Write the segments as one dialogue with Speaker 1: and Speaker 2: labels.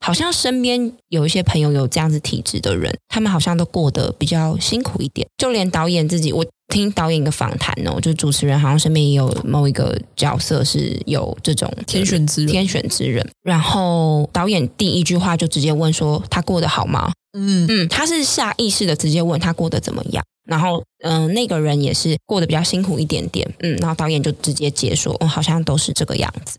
Speaker 1: 好像身边有一些朋友有这样子体质的人，他们好像都过得比较辛苦一点。就连导演自己，我听导演一个访谈哦，就主持人好像身边也有某一个角色是有这种
Speaker 2: 天选之人，
Speaker 1: 天选之人。然后导演第一句话就直接问说：“他过得好吗？”
Speaker 2: 嗯，
Speaker 1: 嗯，他是下意识的直接问他过得怎么样。然后，嗯、那个人也是过得比较辛苦一点点，嗯，然后导演就直接解说，哦，好像都是这个样子。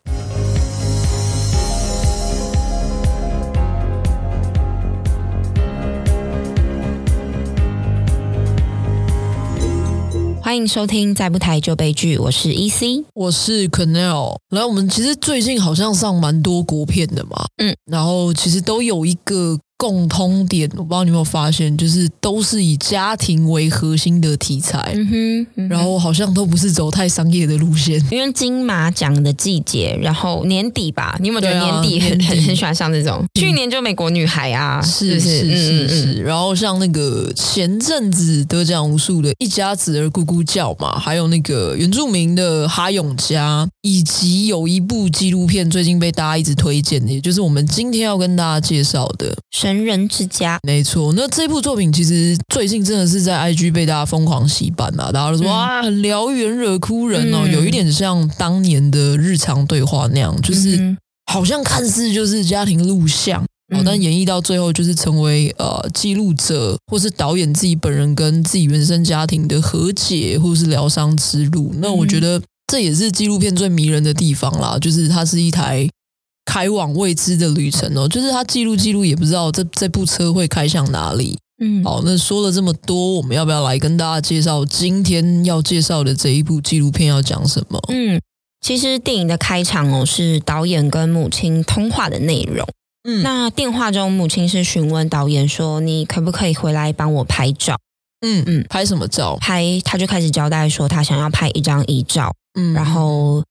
Speaker 1: 欢迎收听《再不抬就悲剧》，我是 E C。
Speaker 2: 我是 Canel。来，我们其实最近好像上蛮多国片的嘛，
Speaker 1: 嗯，
Speaker 2: 然后其实都有一个共通点，我不知道你有没有发现，就是都是以家庭为核心的题材，
Speaker 1: 嗯哼，嗯哼
Speaker 2: 然后好像都不是走太商业的路线。
Speaker 1: 因为金马奖的季节，然后年底吧，你有没有觉得
Speaker 2: 对啊
Speaker 1: 年底很、
Speaker 2: 年底嗯
Speaker 1: 很很喜欢上这种？去年就美国女孩啊，
Speaker 2: 是
Speaker 1: 不
Speaker 2: 是是
Speaker 1: 嗯嗯嗯
Speaker 2: 是，然后像那个前阵子得奖无数的《一家子儿咕咕叫》嘛，还有那个原住民的《哈永家》，以及有一部纪录片最近被大家一直推荐的，也就是我们今天要跟大家介绍的。
Speaker 1: 神人之家，
Speaker 2: 没错，那这部作品其实最近真的是在 IG 被大家疯狂洗版啊，大家都说、
Speaker 1: 嗯
Speaker 2: 哇，很疗愈人、惹哭人哦，
Speaker 1: 嗯
Speaker 2: 有一点像当年的日常对话那样，就是。
Speaker 1: 嗯
Speaker 2: 好像看似就是家庭录像，哦
Speaker 1: 嗯，
Speaker 2: 但演绎到最后就是成为呃记录者或是导演自己本人跟自己原生家庭的和解或是疗伤之路。那我
Speaker 1: 嗯
Speaker 2: 觉得这也是纪录片最迷人的地方啦，就是它是一台开往未知的旅程哦，就是它记录记录也不知道这这部车会开向哪里。
Speaker 1: 嗯，
Speaker 2: 好，那说了这么多，我们要不要来跟大家介绍今天要介绍的这一部纪录片要讲什么？
Speaker 1: 嗯，其实电影的开场哦，是导演跟母亲通话的内容。
Speaker 2: 嗯
Speaker 1: 那电话中，母亲是询问导演说：“你可不可以回来帮我拍照
Speaker 2: 嗯
Speaker 1: 嗯
Speaker 2: 嗯，拍什么照？？”
Speaker 1: 拍，他就开始交代说，他想要拍一张遗照，
Speaker 2: 嗯，
Speaker 1: 然后，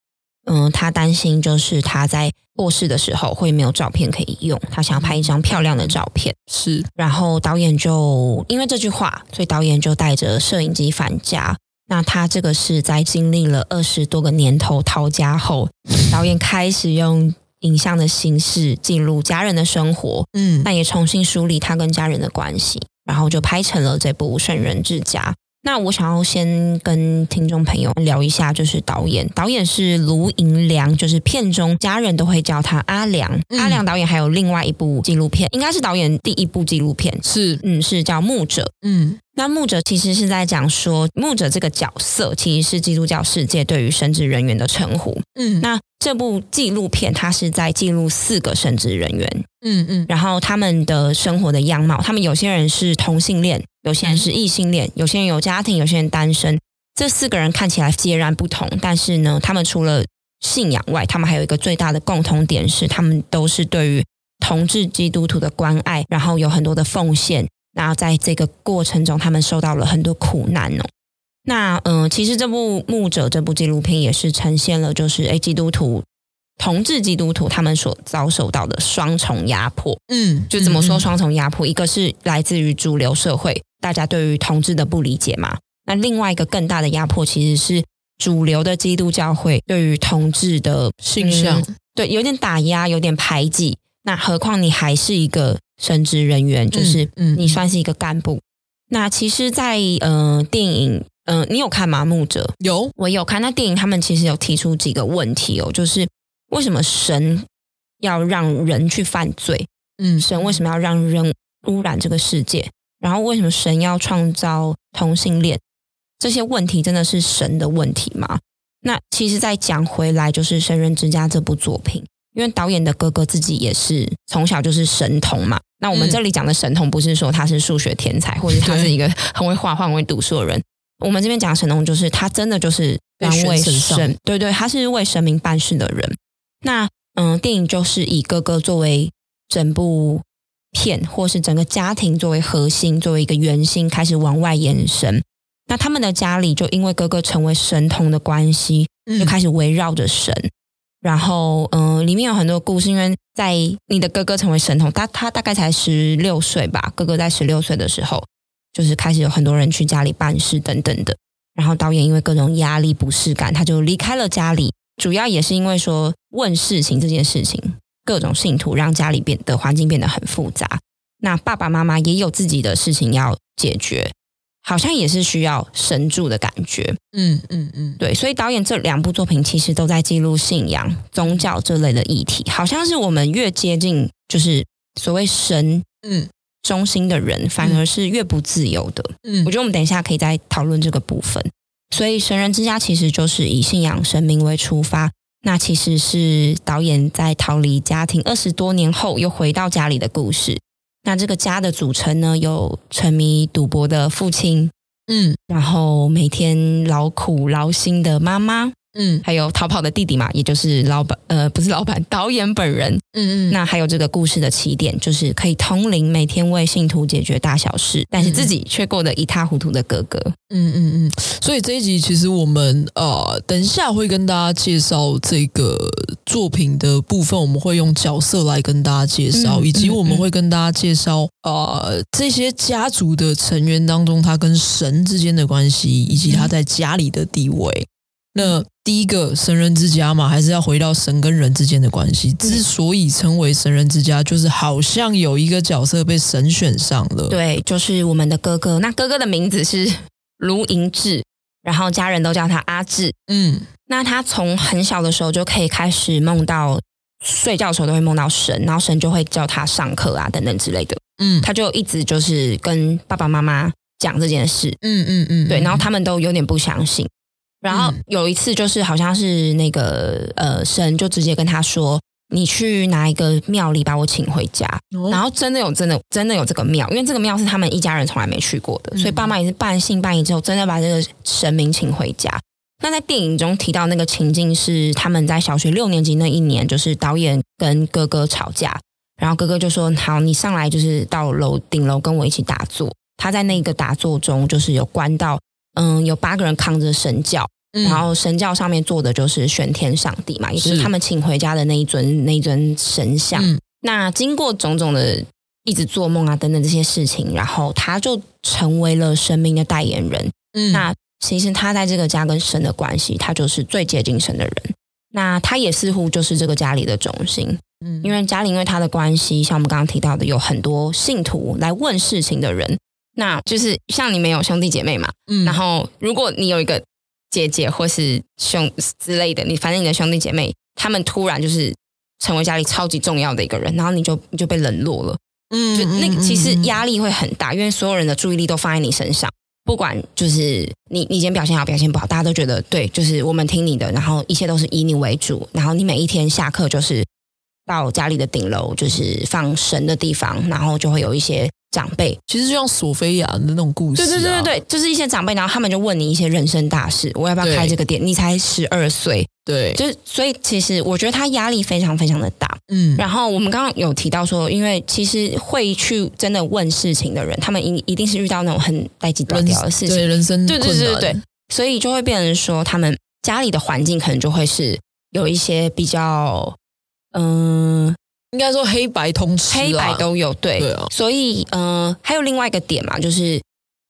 Speaker 1: 嗯，他担心就是他在过世的时候会没有照片可以用，他想要拍一张漂亮的照片。
Speaker 2: 是
Speaker 1: 然后导演就因为这句话，所以导演就带着摄影机返家。那他这个是在经历了二十多个年头逃家后，导演开始用影像的形式记录家人的生活，
Speaker 2: 嗯
Speaker 1: 那也重新梳理他跟家人的关系，然后就拍成了这部《圣人之家》。那我想要先跟听众朋友聊一下，就是导演，导演是卢银良，就是片中家人都会叫他阿良。
Speaker 2: 嗯
Speaker 1: 阿良导演还有另外一部纪录片，应该是导演第一部纪录片，
Speaker 2: 是
Speaker 1: 嗯，是叫《牧者》。
Speaker 2: 嗯
Speaker 1: 那牧者其实是在讲说，牧者这个角色其实是基督教世界对于神职人员的称呼。
Speaker 2: 嗯
Speaker 1: 那这部纪录片它是在记录四个神职人员，
Speaker 2: 嗯嗯
Speaker 1: 然后他们的生活的样貌，他们有些人是同性恋，有些人是异性恋，有些人有家庭，有些人单身。这四个人看起来截然不同，但是呢，他们除了信仰外，他们还有一个最大的共同点是，他们都是对于同志基督徒的关爱，然后有很多的奉献。那在这个过程中，他们受到了很多苦难哦。那嗯、呃其实这部《牧者》这部纪录片也是呈现了，就是诶，基督徒同志基督徒他们所遭受到的双重压迫。
Speaker 2: 嗯，
Speaker 1: 就怎么说双重压迫？一个是来自于主流社会大家对于同志的不理解嘛，那另外一个更大的压迫其实是主流的基督教会对于同志的
Speaker 2: 性向
Speaker 1: 嗯对有点打压，有点排挤。那何况你还是一个神职人员，就是
Speaker 2: 嗯嗯
Speaker 1: 你算是一个干部。那其实在，呃电影，呃，你有看吗？牧者，
Speaker 2: 有
Speaker 1: 我有看那电影，他们其实有提出几个问题哦，就是为什么神要让人去犯罪？
Speaker 2: 嗯
Speaker 1: 神为什么要让人污染这个世界？然后为什么神要创造同性恋？这些问题真的是神的问题吗？那其实再讲回来，就是《神人之家》这部作品，因为导演的哥哥自己也是从小就是神童嘛。那我们
Speaker 2: 嗯
Speaker 1: 这里讲的神童，不是说他是数学天才，或者他是一个很会画画、很会读书的人。我们这边讲的神童，就是他真的就是
Speaker 2: 被
Speaker 1: 专为
Speaker 2: 选上
Speaker 1: 神，对对，他是为神明办事的人。那嗯，电影就是以哥哥作为整部片或是整个家庭作为核心，作为一个圆心，开始往外延伸。那他们的家里就因为哥哥成为神童的关系，
Speaker 2: 嗯
Speaker 1: 就开始围绕着神。然后，嗯、里面有很多故事，因为在你的哥哥成为神童，他他大概才十六岁吧，哥哥在十六岁的时候，就是开始有很多人去家里办事等等的。然后导演因为各种压力不适感，他就离开了家里，主要也是因为说问事情这件事情，各种信徒，让家里变的环境变得很复杂。那爸爸妈妈也有自己的事情要解决，好像也是需要神助的感觉。
Speaker 2: 嗯嗯嗯，
Speaker 1: 对，所以导演这两部作品其实都在记录信仰、宗教这类的议题，好像是我们越接近就是所谓神
Speaker 2: 嗯
Speaker 1: 中心的人，反而是越不自由的。
Speaker 2: 嗯
Speaker 1: 我觉得我们等一下可以再讨论这个部分。所以《神人之家》其实就是以信仰神明为出发，那其实是导演在逃离家庭二十多年后又回到家里的故事。那这个家的组成呢，有沉迷赌博的父亲，
Speaker 2: 嗯
Speaker 1: 然后每天劳苦劳心的妈妈，
Speaker 2: 嗯
Speaker 1: 还有逃跑的弟弟嘛，也就是老板呃不是老板导演本人。
Speaker 2: 嗯嗯，
Speaker 1: 那还有这个故事的起点，就是可以通灵，每天为信徒解决大小事，但是自己却过得一塌糊涂的哥哥。
Speaker 2: 嗯嗯嗯，所以这一集其实我们呃，等一下会跟大家介绍这个作品的部分，我们会用角色来跟大家介绍，
Speaker 1: 嗯
Speaker 2: 以及
Speaker 1: 嗯
Speaker 2: 我们会跟大家介绍呃这些家族的成员当中，他跟神之间的关系，以及他在家里的地位。那第一个神人之家嘛，还是要回到神跟人之间的关
Speaker 1: 嗯
Speaker 2: 系。之所以称为神人之家，就是好像有一个角色被神选上了。
Speaker 1: 对，就是我们的哥哥。那哥哥的名字是卢银志，然后家人都叫他阿志。
Speaker 2: 嗯
Speaker 1: 那他从很小的时候就可以开始梦到，睡觉的时候都会梦到神，然后神就会叫他上课啊等等之类的。
Speaker 2: 嗯
Speaker 1: 他就一直就是跟爸爸妈妈讲这件事，
Speaker 2: 嗯嗯嗯，
Speaker 1: 对，然后
Speaker 2: 嗯
Speaker 1: 他们都有点不相信。然后
Speaker 2: 嗯
Speaker 1: 有一次就是好像是那个呃神就直接跟他说：“你去拿一个庙里把我请回家。”
Speaker 2: 哦
Speaker 1: 然后真的有真的真的有这个庙，因为这个庙是他们一家人从来没去过的，所以爸妈也是半信半疑之后，真的把这个神明请回家。那在电影中提到那个情境是他们在小学六年级那一年，就是导演跟哥哥吵架，然后哥哥就说：“好，你上来就是到楼顶楼跟我一起打坐。”他在那个打坐中就是有关到，嗯，有八个人扛着神教，
Speaker 2: 嗯
Speaker 1: 然后神教上面坐的就是玄天上帝嘛，也就是
Speaker 2: 是
Speaker 1: 他们请回家的那一尊那一尊神像。
Speaker 2: 嗯
Speaker 1: 那经过种种的一直做梦啊等等这些事情，然后他就成为了神明的代言人。
Speaker 2: 嗯
Speaker 1: 那其实他在这个家跟神的关系，他就是最接近神的人。那他也似乎就是这个家里的中心，
Speaker 2: 嗯
Speaker 1: 因为家里因为他的关系，像我们刚刚提到的，有很多信徒来问事情的人。那就是像你们有兄弟姐妹嘛，
Speaker 2: 嗯
Speaker 1: 然后如果你有一个姐姐或是兄之类的，你反正你的兄弟姐妹，他们突然就是成为家里超级重要的一个人，然后你就你就被冷落了，
Speaker 2: 嗯
Speaker 1: 就那个其实
Speaker 2: 嗯
Speaker 1: 压力会很大，因为所有人的注意力都放在你身上。不管就是你，你今天表现好，表现不好，大家都觉得对，就是我们听你的，然后一切都是以你为主，然后你每一天下课就是到家里的顶楼，就是放神的地方，然后就会有一些长辈
Speaker 2: 其实就像索菲亚的那种故
Speaker 1: 对
Speaker 2: 事、啊，
Speaker 1: 对对对对，就是一些长辈，然后他们就问你一些人生大事，我要不要
Speaker 2: 对
Speaker 1: 开这个店？你才十二岁，
Speaker 2: 对
Speaker 1: 就是所以其实我觉得他压力非常非常的大。
Speaker 2: 嗯
Speaker 1: 然后我们刚刚有提到说，因为其实会去真的问事情的人，他们一一定是遇到那种很呆鸡短屌的事情，
Speaker 2: 对人生
Speaker 1: 对对
Speaker 2: 困
Speaker 1: 对
Speaker 2: 难
Speaker 1: 对对，所以就会变成说，他们家里的环境可能就会是有一些比较嗯、
Speaker 2: 应该说黑白通吃、啊，
Speaker 1: 黑白都有，对，
Speaker 2: 对啊
Speaker 1: 所以呃，还有另外一个点嘛，就是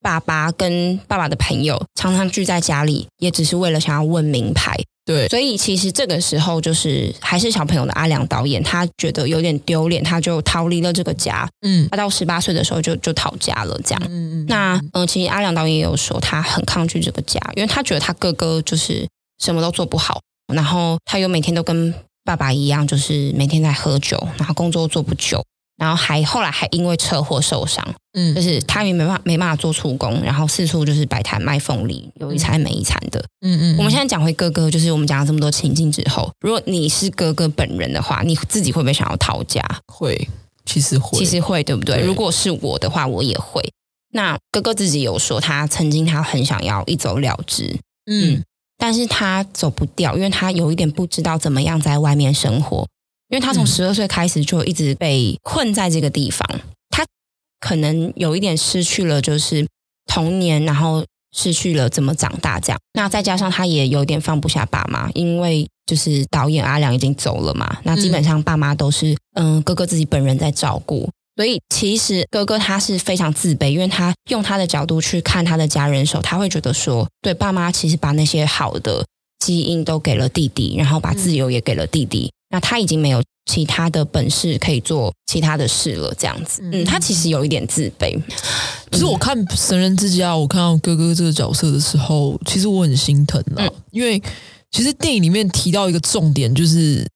Speaker 1: 爸爸跟爸爸的朋友常常聚在家里，也只是为了想要问名牌。
Speaker 2: 对
Speaker 1: 所以其实这个时候，就是还是小朋友的阿良导演，他觉得有点丢脸，他就逃离了这个家。
Speaker 2: 嗯
Speaker 1: 他到十八岁的时候就就逃家了，这样。
Speaker 2: 嗯嗯
Speaker 1: 那呃，其实阿良导演也有说，他很抗拒这个家，因为他觉得他哥哥就是什么都做不好，然后他又每天都跟爸爸一样，就是每天在喝酒，然后工作做不久，然后还后来还因为车祸受伤，
Speaker 2: 嗯
Speaker 1: 就是他也没办法没办法做出工，然后四处就是摆摊卖凤梨，有一餐没一餐的。
Speaker 2: 嗯嗯，
Speaker 1: 我们现
Speaker 2: 在
Speaker 1: 在讲回哥哥，就是我们讲了这么多情境之后，如果你是哥哥本人的话，你自己会不会想要逃家？
Speaker 2: 会其实会
Speaker 1: 其实会，对不对？
Speaker 2: 对
Speaker 1: 如果是我的话，我也会。那哥哥自己有说，他曾经他很想要一走了之，
Speaker 2: 嗯
Speaker 1: 但是他走不掉，因为他有一点不知道怎么样在外面生活，因为他从
Speaker 2: 嗯
Speaker 1: 十二岁开始就一直被困在这个地方，他可能有一点失去了就是童年，然后失去了怎么长大这样。那再加上他也有点放不下爸妈，因为就是导演阿良已经走了嘛，那基本上爸妈都是嗯哥哥自己本人在照顾。所以其实哥哥他是非常自卑，因为他用他的角度去看他的家人的时候，他会觉得说，对爸妈其实把嗯那些好的基因都给了弟弟，然后把自由也给了弟弟，那他已经没有其他的本事可以做其他的事了，这样子。嗯，他其实有一点自卑，
Speaker 2: 其实我看《神人之家》，我看到哥哥这个角色的时候，其实我很心疼啊，
Speaker 1: 嗯
Speaker 2: 因为其实电影里面提到一个重点，就是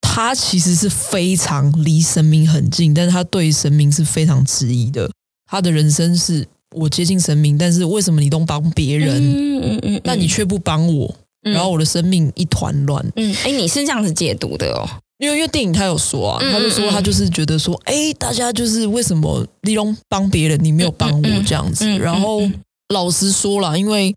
Speaker 2: 他其实是非常离神明很近，但是他对神明是非常质疑的。他的人生是我接近神明，但是为什么你都帮别人，
Speaker 1: 嗯嗯嗯，
Speaker 2: 但你却不帮我？
Speaker 1: 嗯
Speaker 2: 然后我的生命一团乱，
Speaker 1: 嗯，哎、你是这样子解读的哦，
Speaker 2: 因为因为电影他有说啊，
Speaker 1: 嗯
Speaker 2: 他就说
Speaker 1: 嗯嗯
Speaker 2: 他就是觉得说，哎、大家就是为什么立龙帮别人，你没有帮
Speaker 1: 嗯嗯
Speaker 2: 我
Speaker 1: 嗯
Speaker 2: 这样子？
Speaker 1: 嗯嗯
Speaker 2: 然后
Speaker 1: 嗯
Speaker 2: 老实说啦，因为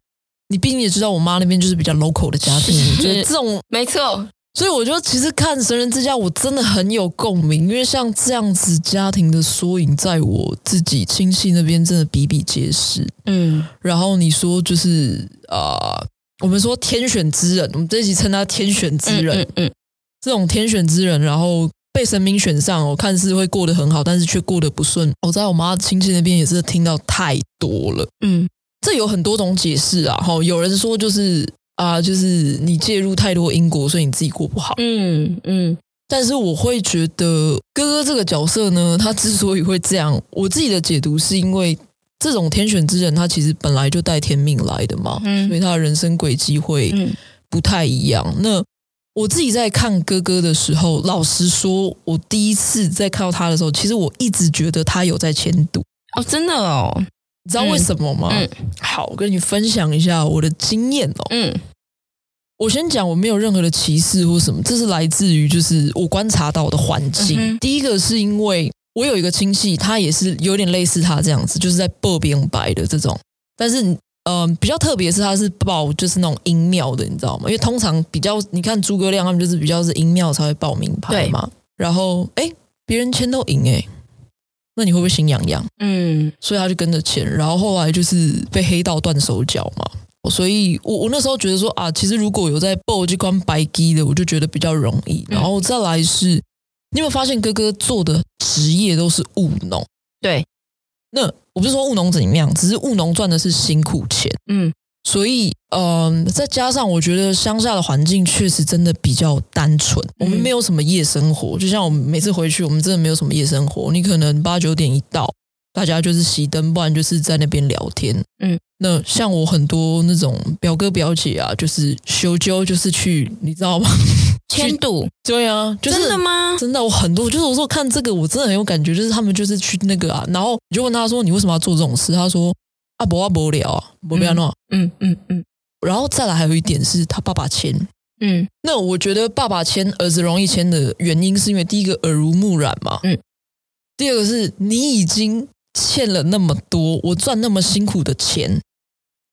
Speaker 2: 你毕竟也知道，我妈那边就是比较 local 的家庭，
Speaker 1: 是
Speaker 2: 我觉得这种，
Speaker 1: 没错，
Speaker 2: 所以我觉得其实看《神人之家》，我真的很有共鸣，因为像这样子家庭的缩影，在我自己亲戚那边真的比比皆是。
Speaker 1: 嗯，
Speaker 2: 然后你说就是啊、呃我们说天选之人，我们这一集称他天选之人。
Speaker 1: 嗯嗯
Speaker 2: 这种天选之人，然后被神明选上哦，看似会过得很好，但是却过得不顺。我在我妈亲戚那边也是听到太多了，
Speaker 1: 嗯
Speaker 2: 这有很多种解释啊。哈，有人说就是啊、就是你介入太多因果，所以你自己过不好。
Speaker 1: 嗯嗯
Speaker 2: 但是我会觉得哥哥这个角色呢，他之所以会这样，我自己的解读是因为这种天选之人，他其实本来就带天命来的嘛，
Speaker 1: 嗯
Speaker 2: 所以他的人生轨迹会
Speaker 1: 嗯
Speaker 2: 不太一样。那我自己在看哥哥的时候，老实说，我第一次在看到他的时候，其实我一直觉得他有在迁都，
Speaker 1: 哦，真的哦，
Speaker 2: 你知道为什么吗？
Speaker 1: 嗯
Speaker 2: 好，我跟你分享一下我的经验哦。
Speaker 1: 嗯
Speaker 2: 我先讲，我没有任何的歧视或什么，这是来自于就是我观察到的环境。
Speaker 1: 嗯哼
Speaker 2: 第一个是因为我有一个亲戚，他也是有点类似他这样子，就是在报边白的这种，但是。嗯，比较特别是他是报就是那种音庙的，你知道吗？因为通常比较，你看诸葛亮他们就是比较是音庙才会报名牌
Speaker 1: 对
Speaker 2: 嘛。然后哎，诶别、人签都赢哎、诶那你会不会心痒痒？
Speaker 1: 嗯
Speaker 2: 所以他就跟着钱，然后后来就是被黑道断手脚嘛。所以我我那时候觉得说啊，其实如果有在报这关白鸡的，我就觉得比较容易。
Speaker 1: 嗯
Speaker 2: 然后再来是，你有没有发现哥哥做的职业都是务农？
Speaker 1: 对，
Speaker 2: 那我不是说务农怎么样，只是务农赚的是辛苦钱。
Speaker 1: 嗯
Speaker 2: 所以，嗯、再加上我觉得乡下的环境确实真的比较单纯，
Speaker 1: 嗯
Speaker 2: 我们没有什么夜生活。就像我们每次回去，我们真的没有什么夜生活。你可能八九点一到，大家就是熄灯，不然就是在那边聊天。
Speaker 1: 嗯，
Speaker 2: 那像我很多那种表哥表姐啊，就是修纠，就是去，你知道吗？
Speaker 1: 迁都、
Speaker 2: 对啊，就是
Speaker 1: 真的吗？
Speaker 2: 真的，我很多，就是我说看这个，我真的很有感觉，就是他们就是去那个啊，然后你就问他说你为什么要做这种事，他说啊不啊不聊啊，不要弄啊。
Speaker 1: 嗯嗯嗯
Speaker 2: 然后再来还有一点是他爸爸签。
Speaker 1: 嗯
Speaker 2: 那我觉得爸爸签儿子容易签的原因，是因为第一个耳濡目染嘛，
Speaker 1: 嗯，
Speaker 2: 第二个是你已经欠了那么多，我赚那么辛苦的钱，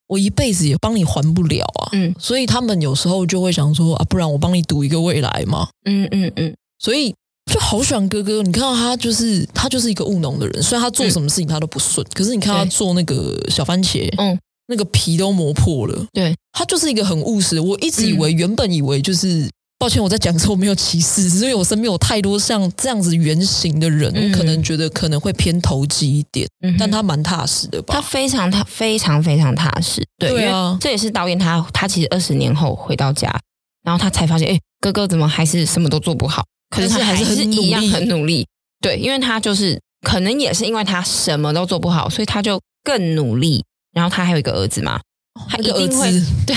Speaker 2: 我一辈子也帮你还不了啊，
Speaker 1: 嗯
Speaker 2: 所以他们有时候就会想说啊，不然我帮你赌一个未来嘛，
Speaker 1: 嗯嗯嗯，
Speaker 2: 所以就好喜欢哥哥。你看到他就是他就是一个务农的人，虽然他做
Speaker 1: 嗯
Speaker 2: 什么事情他都不顺，可是你看他
Speaker 1: 对
Speaker 2: 做那个小番茄，
Speaker 1: 嗯，
Speaker 2: 那个皮都磨破了，
Speaker 1: 对，
Speaker 2: 他就是一个很务实。我一直以为，原本以为就是。抱歉，我在讲的时候没有歧视，只是因为我身边有太多像这样子原型的人，
Speaker 1: 嗯
Speaker 2: 我可能觉得可能会偏投机一点，
Speaker 1: 嗯哼
Speaker 2: 但他蛮踏实的吧？
Speaker 1: 他非常他非常非常踏实，对，
Speaker 2: 对啊
Speaker 1: 因为这也是导演他他其实二十年后回到家，然后他才发现，哎、哥哥怎么还是什么都做不好？可是他
Speaker 2: 但是
Speaker 1: 还
Speaker 2: 还是很努
Speaker 1: 一样
Speaker 2: 力
Speaker 1: 很努力，对，因为他就是可能也是因为他什么都做不好，所以他就更努力。然后他还有一个儿子嘛，他一
Speaker 2: 那个儿
Speaker 1: 定会
Speaker 2: 子，
Speaker 1: 对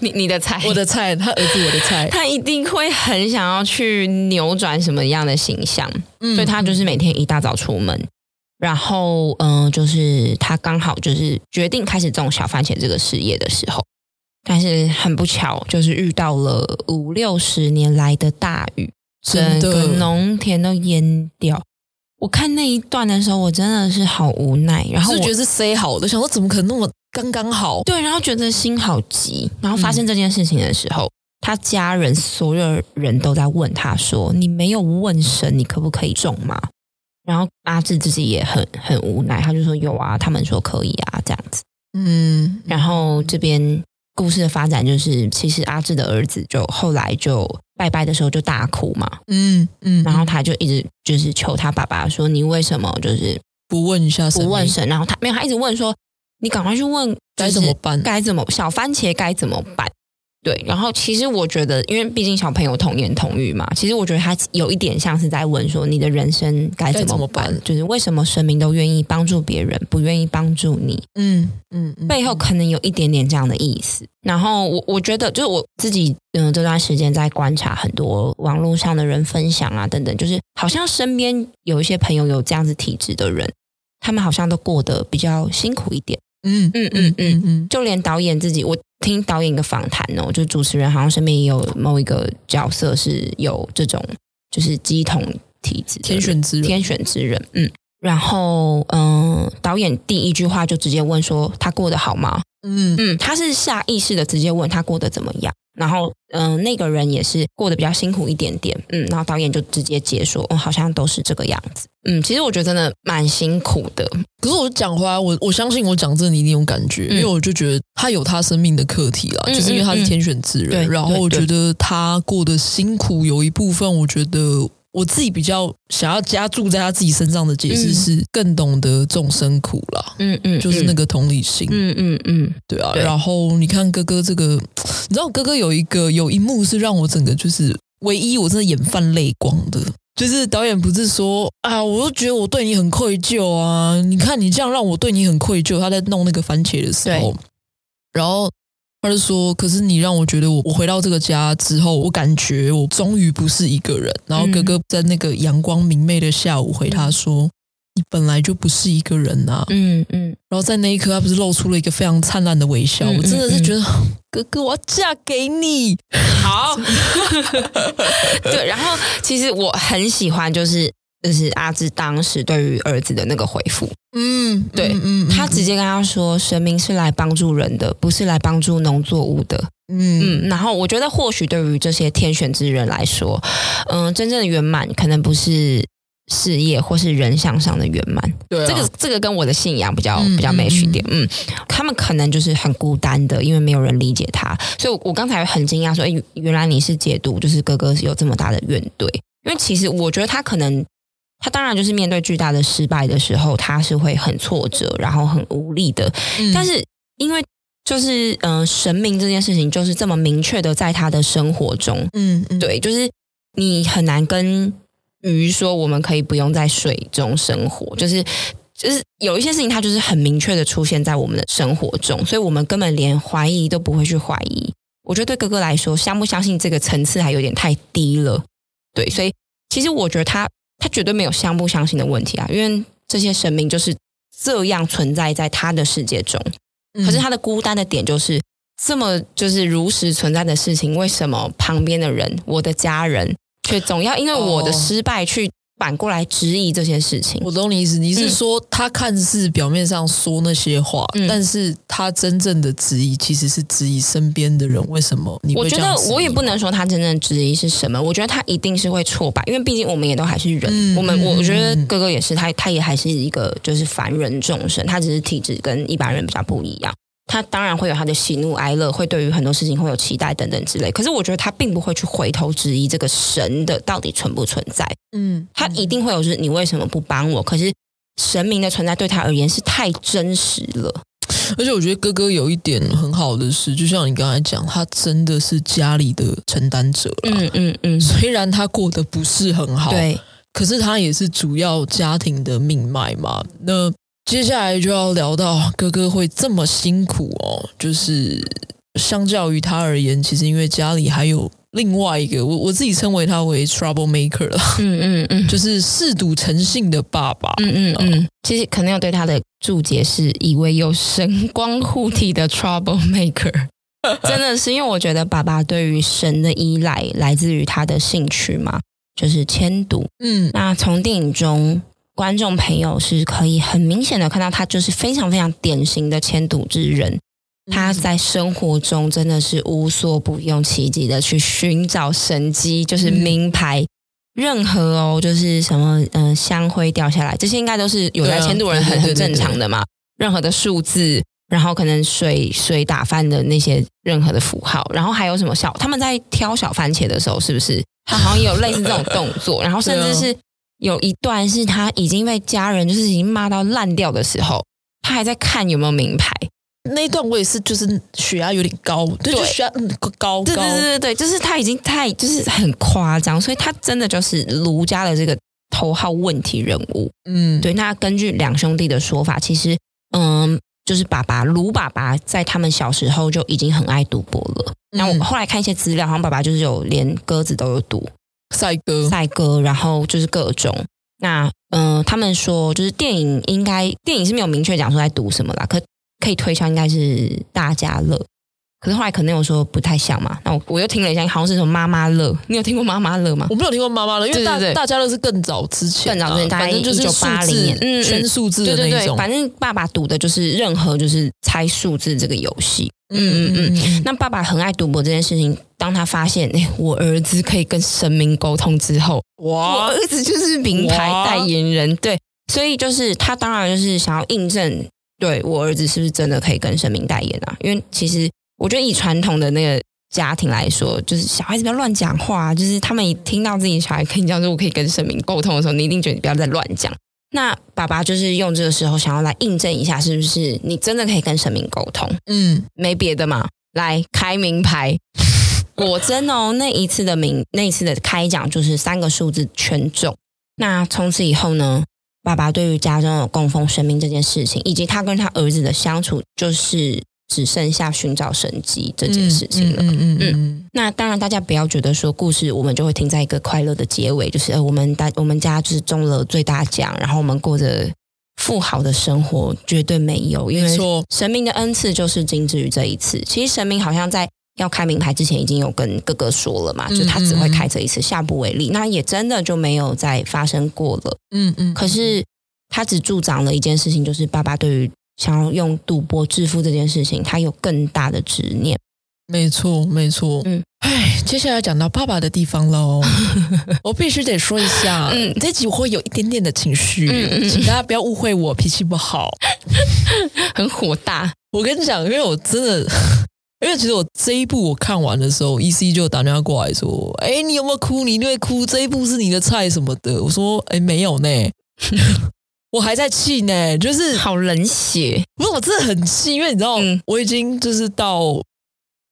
Speaker 1: 你你的菜，
Speaker 2: 我的菜，他儿子我的菜，
Speaker 1: 他一定会很想要去扭转什么样的形象，
Speaker 2: 嗯
Speaker 1: 所以他就是每天一大早出门，然后嗯、呃就是他刚好就是决定开始种小番茄这个事业的时候，但是很不巧，就是遇到了五六十年来的大雨，整
Speaker 2: 真的
Speaker 1: 个农田都淹掉。我看那一段的时候，我真的是好无奈，然后
Speaker 2: 就
Speaker 1: 我
Speaker 2: 觉得是 C 好的，想说怎么可能那么刚刚好？
Speaker 1: 对，然后觉得心好急。然后发
Speaker 2: 嗯
Speaker 1: 生这件事情的时候，他家人所有人都在问他说：“你没有问神，你可不可以种吗？”然后阿志自己也很很无奈，他就说：“有啊，他们说可以啊，这样子。
Speaker 2: 嗯”，
Speaker 1: 然后这边故事的发展就是，其实阿志的儿子就后来就拜拜的时候就大哭嘛，
Speaker 2: 嗯嗯，
Speaker 1: 然后他就一直就是求他爸爸说：“你为什么就是
Speaker 2: 不问一下
Speaker 1: 不
Speaker 2: 神明，
Speaker 1: 问神？”然后他没有，他一直问说：“你赶快去问，
Speaker 2: 该怎么办？
Speaker 1: 该怎么小番茄该怎么办？对，然后其实我觉得，因为毕竟小朋友童言童语嘛，其实我觉得他有一点像是在问说，你的人生该怎
Speaker 2: 该怎么
Speaker 1: 么
Speaker 2: 办
Speaker 1: 办？就是为什么神明都愿意帮助别人，不愿意帮助你？
Speaker 2: 嗯嗯嗯，
Speaker 1: 背后可能有一点点这样的意思。然后我我觉得，就是我自己，嗯、这段时间在观察很多网络上的人分享啊等等，就是好像身边有一些朋友有这样子体质的人，他们好像都过得比较辛苦一点。
Speaker 2: 嗯
Speaker 1: 嗯嗯嗯，
Speaker 2: 嗯
Speaker 1: 就连导演自己，我听导演一个访谈哦，就主持人好像身边也有某一个角色是有这种就是鸡同体质的人
Speaker 2: 天选之人，
Speaker 1: 天选之人，嗯。然后，嗯、导演第一句话就直接问说他过得好吗？
Speaker 2: 嗯
Speaker 1: 嗯，他是下意识的直接问他过得怎么样，然后嗯、呃那个人也是过得比较辛苦一点点，嗯，然后导演就直接解说，哦，好像都是这个样子，嗯，其实我觉得真的蛮辛苦的，
Speaker 2: 可是我讲回来，我我相信我讲这你一定有感觉，
Speaker 1: 嗯
Speaker 2: 因为我就觉得他有他生命的课题啦，
Speaker 1: 嗯
Speaker 2: 就是因为他是天选之
Speaker 1: 嗯
Speaker 2: 人，
Speaker 1: 嗯对
Speaker 2: 然后我
Speaker 1: 对
Speaker 2: 觉得他过得辛苦有一部分，我觉得。我自己比较想要加注在他自己身上的解释
Speaker 1: 嗯
Speaker 2: 是更懂得众生苦啦，
Speaker 1: 嗯嗯，
Speaker 2: 就是那个同理心，
Speaker 1: 嗯，嗯嗯嗯，
Speaker 2: 对啊。
Speaker 1: 对
Speaker 2: 然后你看哥哥这个，你知道哥哥有一个有一幕是让我整个就是唯一我真的眼泛泪光的，就是导演不是说啊，我都觉得我对你很愧疚啊，你看你这样让我对你很愧疚。他在弄那个番茄的时候，然后他就说，可是你让我觉得我我回到这个家之后，我感觉我终于不是一个人。然后哥哥在那个阳光明媚的下午回他说。你本来就不是一个人啊呐、
Speaker 1: 嗯嗯，
Speaker 2: 然后在那一刻，他不是露出了一个非常灿烂的微笑。
Speaker 1: 嗯
Speaker 2: 我真的是
Speaker 1: 嗯嗯
Speaker 2: 觉得， 哥哥，我要嫁给你。
Speaker 1: 好，对，然后其实我很喜欢就是。就是阿志当时对于儿子的那个回复，
Speaker 2: 嗯，
Speaker 1: 对
Speaker 2: 嗯
Speaker 1: 他直接跟他说：“神明是来帮助人的，不是来帮助农作物的。”
Speaker 2: 嗯
Speaker 1: 嗯，然后我觉得或许对于这些天选之人来说，嗯、真正的圆满可能不是事业或是人向上的圆满，
Speaker 2: 对啊
Speaker 1: 这个这个跟我的信仰比较、
Speaker 2: 嗯
Speaker 1: 比较 match 一点。嗯，他们可能就是很孤单的，因为没有人理解他，所以我我刚才很惊讶说，哎，原原来你是解读就是哥哥是有这么大的怨怼，因为其实我觉得他可能。他当然就是面对巨大的失败的时候，他是会很挫折，然后很无力的，
Speaker 2: 嗯
Speaker 1: 但是因为就是嗯、呃神明这件事情就是这么明确的在他的生活中，
Speaker 2: 嗯嗯，
Speaker 1: 对，就是你很难跟鱼说我们可以不用在水中生活，就是。就是有一些事情，它就是很明确的出现在我们的生活中，所以我们根本连怀疑都不会去怀疑。我觉得对哥哥来说，相不相信这个层次还有点太低了。对，所以其实我觉得他他绝对没有相不相信的问题啊，因为这些神明就是这样存在在他的世界中。
Speaker 2: 嗯
Speaker 1: 可是他的孤单的点就是这么就是如实存在的事情，为什么旁边的人，我的家人，却总要因为我的
Speaker 2: 哦
Speaker 1: 失败去反过来质疑这些事情？
Speaker 2: 我懂你意思，你是
Speaker 1: 嗯
Speaker 2: 说他看似表面上说那些话，
Speaker 1: 嗯
Speaker 2: 但是他真正的质疑其实是质疑身边的人为什么你
Speaker 1: 我
Speaker 2: 会
Speaker 1: 觉
Speaker 2: 这样
Speaker 1: 得
Speaker 2: 质疑
Speaker 1: 我也不能说他真正质疑是什么，我觉得他一定是会挫败，因为毕竟我们也都还是人，
Speaker 2: 嗯
Speaker 1: 我们
Speaker 2: 嗯
Speaker 1: 我我觉得
Speaker 2: 嗯
Speaker 1: 哥哥也是，他他也还是一个就是凡人众生，他只是体质跟一般人比较不一样。他当然会有他的喜怒哀乐，会对于很多事情会有期待等等之类。可是我觉得他并不会去回头质疑这个神的到底存不存在，
Speaker 2: 嗯，
Speaker 1: 他一定会有就是你为什么不帮我？可是神明的存在对他而言是太真实了。
Speaker 2: 而且我觉得哥哥有一点很好的是，就像你刚才讲，他真的是家里的承担者啦。
Speaker 1: 嗯嗯嗯，
Speaker 2: 虽然他过得不是很好，
Speaker 1: 对，
Speaker 2: 可是他也是主要家庭的命脉嘛。那接下来就要聊到哥哥会这么辛苦哦，就是相较于他而言，其实因为家里还有另外一个，我我自己称为他为 trouble maker 了，
Speaker 1: 嗯嗯嗯
Speaker 2: 就是嗜赌成性的爸爸。
Speaker 1: 嗯嗯嗯，其实可能有对他的注解是以为有神光护体的 trouble maker，真的是因为我觉得爸爸对于神的依赖来自于他的兴趣嘛，就是迁读。
Speaker 2: 嗯
Speaker 1: 那从电影中。观众朋友是可以很明显的看到，他就是非常非常典型的迁读之人，他
Speaker 2: 嗯
Speaker 1: 在生活中真的是无所不用其极的去寻找神机，就是
Speaker 2: 嗯
Speaker 1: 名牌。任何哦，就是什么嗯、呃香灰掉下来，这些应该都是有在
Speaker 2: 对啊
Speaker 1: 迁都人很
Speaker 2: 对
Speaker 1: 很
Speaker 2: 对对
Speaker 1: 正常的嘛。任何的数字，然后可能水水打翻的那些任何的符号，然后还有什么小他们在挑小番茄的时候，是不是他好像也有类似这种动作？然后甚
Speaker 2: 对啊
Speaker 1: 至是有一段是他已经被家人就是已经骂到烂掉的时候，他还在看有没有名牌。
Speaker 2: 那一段我也是，就是血压有点高，对，
Speaker 1: 对
Speaker 2: 就血压嗯高高
Speaker 1: 对对对对对，就是他已经太就是很夸张，所以他真的就是卢家的这个头号问题人物。
Speaker 2: 嗯，
Speaker 1: 对，那根据两兄弟的说法，其实嗯，就是爸爸卢爸爸在他们小时候就已经很爱赌博了。那我们
Speaker 2: 嗯
Speaker 1: 后来看一些资料，好像爸爸就是有连鸽子都有赌，
Speaker 2: 赛哥，
Speaker 1: 赛鸽，然后就是各种。那嗯、呃他们说就是电影应该电影是没有明确讲说在赌什么啦，可可以推敲应该是大家乐。可是后来可能有说不太像嘛，那我我又听了一下，好像是什么妈妈乐，你有听过妈妈乐吗？
Speaker 2: 我没有听过妈妈了，因为
Speaker 1: 对对
Speaker 2: 大
Speaker 1: 对
Speaker 2: 大家乐是更早之前
Speaker 1: 更
Speaker 2: 啊，
Speaker 1: 早之前大概
Speaker 2: 反正就是数
Speaker 1: 1980
Speaker 2: 字
Speaker 1: 年嗯嗯
Speaker 2: 全数字
Speaker 1: 对
Speaker 2: 的
Speaker 1: 对
Speaker 2: 那一
Speaker 1: 对，
Speaker 2: 种，
Speaker 1: 反正爸爸赌的就是任何就是猜数字这个游戏。嗯嗯嗯。
Speaker 2: 嗯，
Speaker 1: 那爸爸很爱赌博这件事情，当他发现哎、我儿子可以跟神明沟通之后，我
Speaker 2: 哇，
Speaker 1: 儿子就是名牌
Speaker 2: 哇
Speaker 1: 代言人，对，所以就是他当然就是想要印证，对我儿子是不是真的可以跟神明代言啊？因为其实我觉得以传统的那个家庭来说，就是小孩子不要乱讲话啊，就是他们一听到自己小孩跟你讲说我可以跟神明沟通的时候，你一定觉得你不要再乱讲。那爸爸就是用这个时候想要来印证一下，是不是你真的可以跟神明沟通？
Speaker 2: 嗯，
Speaker 1: 没别的嘛，来开名 牌。果真哦，那一次的名，那一次的开奖就是三个数字全中。那从此以后呢，爸爸对于家中有供奉神明这件事情，以及他跟他儿子的相处，就是只剩下寻找神迹这
Speaker 2: 这
Speaker 1: 件事情了。
Speaker 2: 嗯嗯嗯嗯
Speaker 1: 那当然，大家不要觉得说故事我们就会停在一个快乐的结尾，就是、呃、我们大我们家就是中了最大奖，然后我们过着富豪的生活，绝对没有，因
Speaker 2: 没
Speaker 1: 为
Speaker 2: 错
Speaker 1: 神明的恩赐就是仅止于这一次。其实神明好像在要开名牌之前已经有跟哥哥说了嘛，
Speaker 2: 嗯
Speaker 1: 就他只会开这一次，下不为例。那也真的就没有再发生过了。
Speaker 2: 嗯嗯，
Speaker 1: 可是他只助长了一件事情，就是爸爸对于想要用赌博致富这件事情，他有更大的执念。
Speaker 2: 没错，没错。
Speaker 1: 嗯
Speaker 2: 嗯，哎，接下来讲到爸爸的地方喽，我必须得说一下，
Speaker 1: 嗯
Speaker 2: 嗯，这集我会有一点点的情绪，
Speaker 1: 嗯嗯嗯
Speaker 2: 请大家不要误会我脾气不好。
Speaker 1: 很火大，
Speaker 2: 我跟你讲，因为我真的。因为其实我这一部我看完的时候，E C 就打电话过来说：“哎、你有没有哭？你一定会哭，这一部是你的菜什么的。”我说：“哎、没有呢，我还在气呢，就是
Speaker 1: 好冷血。
Speaker 2: 不是，我真的很气，因为你知道，
Speaker 1: 嗯
Speaker 2: 我已经就是到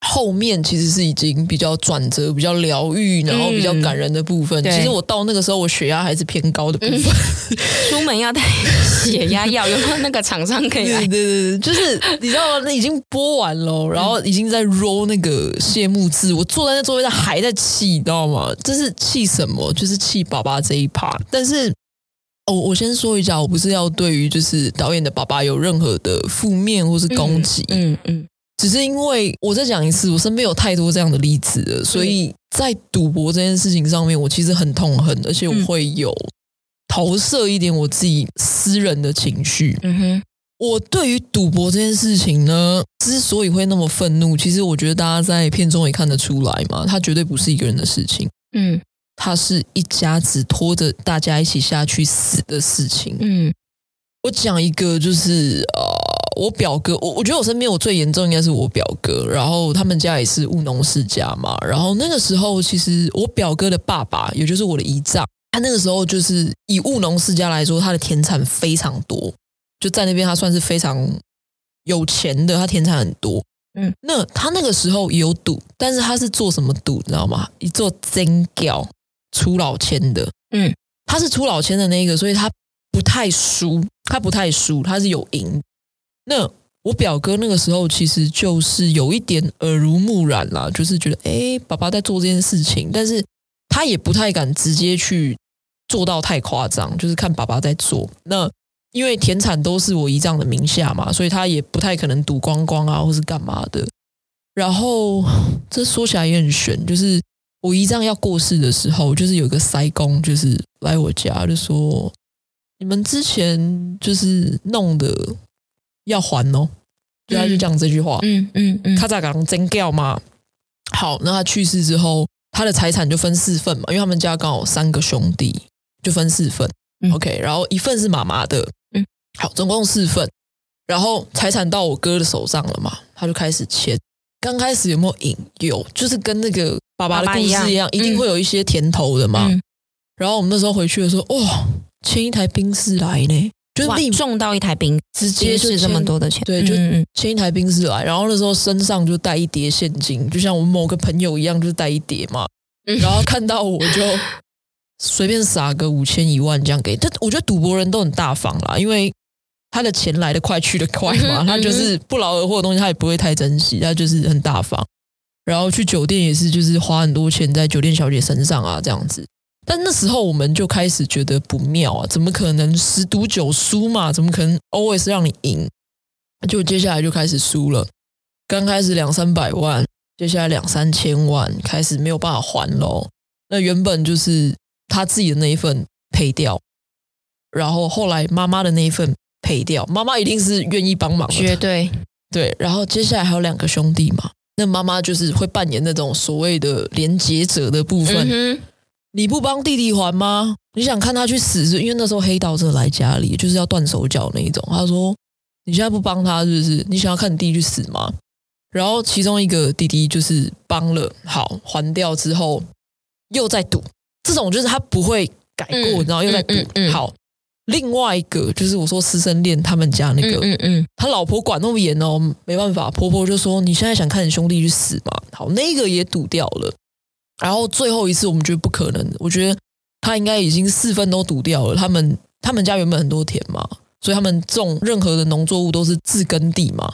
Speaker 2: 后面其实是已经比较转折、比较疗愈，然后比较感人的部分。
Speaker 1: 嗯对
Speaker 2: 其实我到那个时候，我血压还是偏高的部分。
Speaker 1: 出门要带血压药，有没有那个厂商可以
Speaker 2: 对
Speaker 1: 来
Speaker 2: 对？对，对就是你知道吗？那已经播完了，然后已经在 roll 那个谢幕字，我坐在那座位上还在气，你知道吗？这是气什么？就是气爸爸这一趴。但是，哦，我先说一下，我不是要对于就是导演的爸爸有任何的负面或是攻击，
Speaker 1: 嗯嗯，
Speaker 2: 只是因为我再讲一次，我身边有太多这样的例子了，所以在赌博这件事情上面，我其实很痛恨，而且我会有投射一点我自己私人的情绪。
Speaker 1: 嗯哼，
Speaker 2: 我对于赌博这件事情呢，之所以会那么愤怒，其实我觉得大家在片中也看得出来嘛，它绝对不是一个人的事情，
Speaker 1: 嗯
Speaker 2: 它是一家子拖着大家一起下去死的事情。
Speaker 1: 嗯
Speaker 2: 我讲一个，就是呃，我表哥，我我觉得我身边我最严重应该是我表哥，然后他们家也是务农世家嘛，然后那个时候其实我表哥的爸爸，也就是我的姨丈，他那个时候就是以务农世家来说，他的田产非常多，就在那边他算是非常有钱的，他田产很多。
Speaker 1: 嗯，
Speaker 2: 那他那个时候也有赌，但是他是做什么赌，你知道吗？一做真屌出老千的，
Speaker 1: 嗯，
Speaker 2: 他是出老千的那一个，所以他不太输，他不太输，他是有赢。那我表哥那个时候其实就是有一点耳濡目染啦，就是觉得哎、诶爸爸在做这件事情，但是他也不太敢直接去做到太夸张，就是看爸爸在做。那因为田产都是我姨丈的名下嘛，所以他也不太可能赌光光啊，或是干嘛的。然后这说起来也很悬，就是我姨丈要过世的时候，就是有一个塞工，就是来我家就说：“你们之前就是弄的要还哦。”就他就讲这句话，
Speaker 1: 嗯嗯嗯，
Speaker 2: 咔嚓嘎啷真掉嘛。好，那他去世之后，他的财产就分四份嘛，因为他们家刚好有三个兄弟，就分四份。
Speaker 1: 嗯
Speaker 2: OK，然后一份是妈妈的，
Speaker 1: 嗯，
Speaker 2: 好，总共四份。然后财产到我哥的手上了嘛，他就开始签。刚开始有没有赢？有，就是跟那个爸爸的
Speaker 1: 爸爸
Speaker 2: 故事
Speaker 1: 一样
Speaker 2: 一样，一定
Speaker 1: 嗯
Speaker 2: 会有一些甜头的嘛。
Speaker 1: 嗯
Speaker 2: 哦然后我们那时候回去的时候，哇、签一台宾士来呢，就是
Speaker 1: 哇
Speaker 2: 立
Speaker 1: 中到一台冰，
Speaker 2: 直
Speaker 1: 结
Speaker 2: 接就是
Speaker 1: 这么
Speaker 2: 签
Speaker 1: 多的钱，
Speaker 2: 对就
Speaker 1: 嗯嗯
Speaker 2: 牵一台冰室来，然后那时候身上就带一叠现金，就像我某个朋友一样，就是带一叠嘛。
Speaker 1: 嗯
Speaker 2: 然后看到我就随便撒个五千一万这样给，但我觉得赌博人都很大方啦，因为他的钱来得快去得快
Speaker 1: 嗯
Speaker 2: 嘛，
Speaker 1: 哼
Speaker 2: 他就是不劳而获的东西他也不会太珍惜，他就是很大方。然后去酒店也是，就是花很多钱在酒店小姐身上啊，这样子。但那时候我们就开始觉得不妙啊，怎么可能十赌九输嘛？怎么可能 always 让你赢？就接下来就开始输了，刚开始两三百万，接下来两三千万，开始没有办法还喽。那原本就是他自己的那一份赔掉，然后后来妈妈的那一份赔掉，妈妈一定是愿意帮忙的，
Speaker 1: 绝对
Speaker 2: 对，然后接下来还有两个兄弟嘛，那妈妈就是会扮演那种所谓的连结者的部分。
Speaker 1: 嗯哼，
Speaker 2: 你不帮弟弟还吗？你想看他去死是？因为那时候黑道真的来家里就是要断手脚那一种。他说：“你现在不帮他是不是？你想要看你弟弟去死吗？”然后其中一个弟弟就是帮了，好还掉之后又在赌，这种就是他不会改过，
Speaker 1: 嗯
Speaker 2: 然后又在赌。
Speaker 1: 嗯嗯嗯
Speaker 2: 好，另外一个就是我说师生恋他们家那个，
Speaker 1: 嗯嗯嗯，
Speaker 2: 他老婆管那么严哦，没办法，婆婆就说你现在想看你兄弟去死嘛？好，那个也赌掉了，然后最后一次我们觉得不可能，我觉得他应该已经四分都赌掉了。他们他们家原本很多田嘛，所以他们种任何的农作物都是自耕地嘛，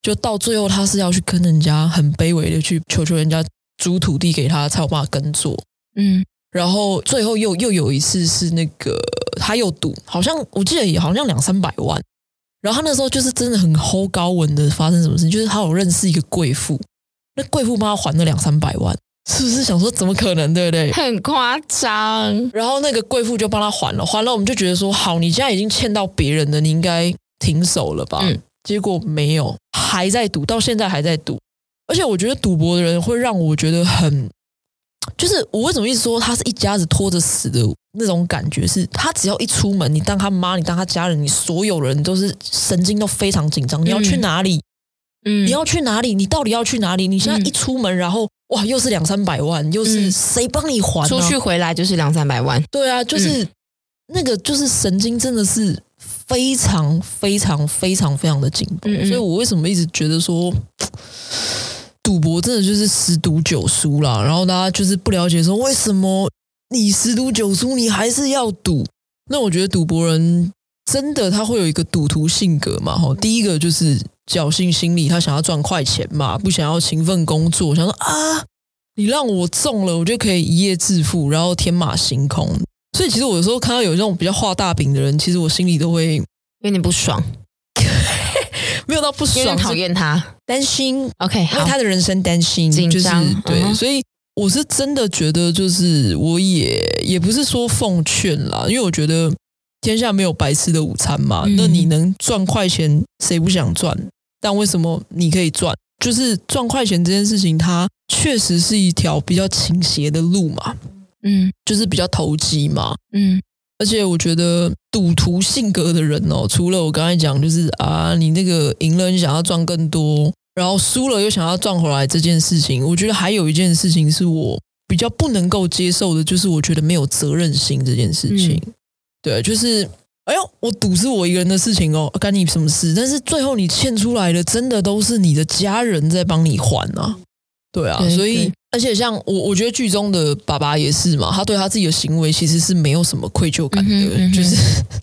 Speaker 2: 就到最后他是要去跟人家很卑微的去求求人家租土地给他才有办法耕作，
Speaker 1: 嗯
Speaker 2: 然后最后又又有一次是那个他又赌，好像我记得也好像两三百万。然后他那时候就是真的很齁高文的，发生什么事？就是他有认识一个贵妇，那贵妇帮他还了两三百万，是不是想说怎么可能，对不对？
Speaker 1: 很夸张，
Speaker 2: 然后那个贵妇就帮他还了，还了我们就觉得说，好，你现在已经欠到别人的，你应该停手了吧？
Speaker 1: 嗯
Speaker 2: 结果没有，还在赌，到现在还在赌。而且我觉得赌博的人会让我觉得很，就是我为什么一直说他是一家子拖着死的那种感觉是，他只要一出门，你当他妈，你当他家人，你所有人都是神经都非常紧张，你要去
Speaker 1: 嗯
Speaker 2: 哪里？
Speaker 1: 嗯，
Speaker 2: 你要去哪里？你到底要去哪里？你现在一出门，然后哇，又是两三百万，又是
Speaker 1: 嗯
Speaker 2: 谁帮你还、啊？
Speaker 1: 出去回来就是两三百万，
Speaker 2: 对啊，就是、
Speaker 1: 嗯
Speaker 2: 那个就是神经真的是非常非常非常非常的紧绷，
Speaker 1: 嗯嗯
Speaker 2: 所以我为什么一直觉得说。 赌博真的就是十赌九输啦，然后大家就是不了解说为什么你十赌九输，你还是要赌。那我觉得赌博人真的他会有一个赌徒性格嘛，哈，第一个就是侥幸心理，他想要赚快钱嘛，不想要勤奋工作，想说啊，你让我中了，我就可以一夜致富，然后天马行空。所以其实我有时候看到有这种比较画大饼的人，其实我心里都会
Speaker 1: 有点不爽，
Speaker 2: 没有到不
Speaker 1: 有
Speaker 2: 爽，
Speaker 1: 点讨
Speaker 2: 是
Speaker 1: 厌他。
Speaker 2: 担心
Speaker 1: OK，
Speaker 2: 为
Speaker 1: 好，
Speaker 2: 他的人生担心，
Speaker 1: 紧
Speaker 2: 就是
Speaker 1: 张
Speaker 2: 对，
Speaker 1: 嗯哼
Speaker 2: 所以我是真的觉得，就是我也也不是说奉劝啦，因为我觉得天下没有白吃的午餐嘛。
Speaker 1: 嗯
Speaker 2: 那你能赚快钱，谁不想赚？但为什么你可以赚？就是赚快钱这件事情，它确实是一条比较倾斜的路嘛，
Speaker 1: 嗯
Speaker 2: 就是比较投机嘛。
Speaker 1: 嗯
Speaker 2: 而且我觉得赌徒性格的人哦，除了我刚才讲，就是啊，你那个赢了你想要赚更多，然后输了又想要赚回来这件事情，我觉得还有一件事情是我比较不能够接受的，就是我觉得没有责任心这件事情。对，就是哎呦，我赌是我一个人的事情哦，干你什么事？但是最后你欠出来的，真的都是你的家人在帮你还啊。对啊，
Speaker 1: 对
Speaker 2: 所以
Speaker 1: 对
Speaker 2: 而且像我，我觉得剧中的爸爸也是嘛，他对他自己的行为其实是没有什么愧疚感的，
Speaker 1: 嗯哼嗯哼
Speaker 2: 就是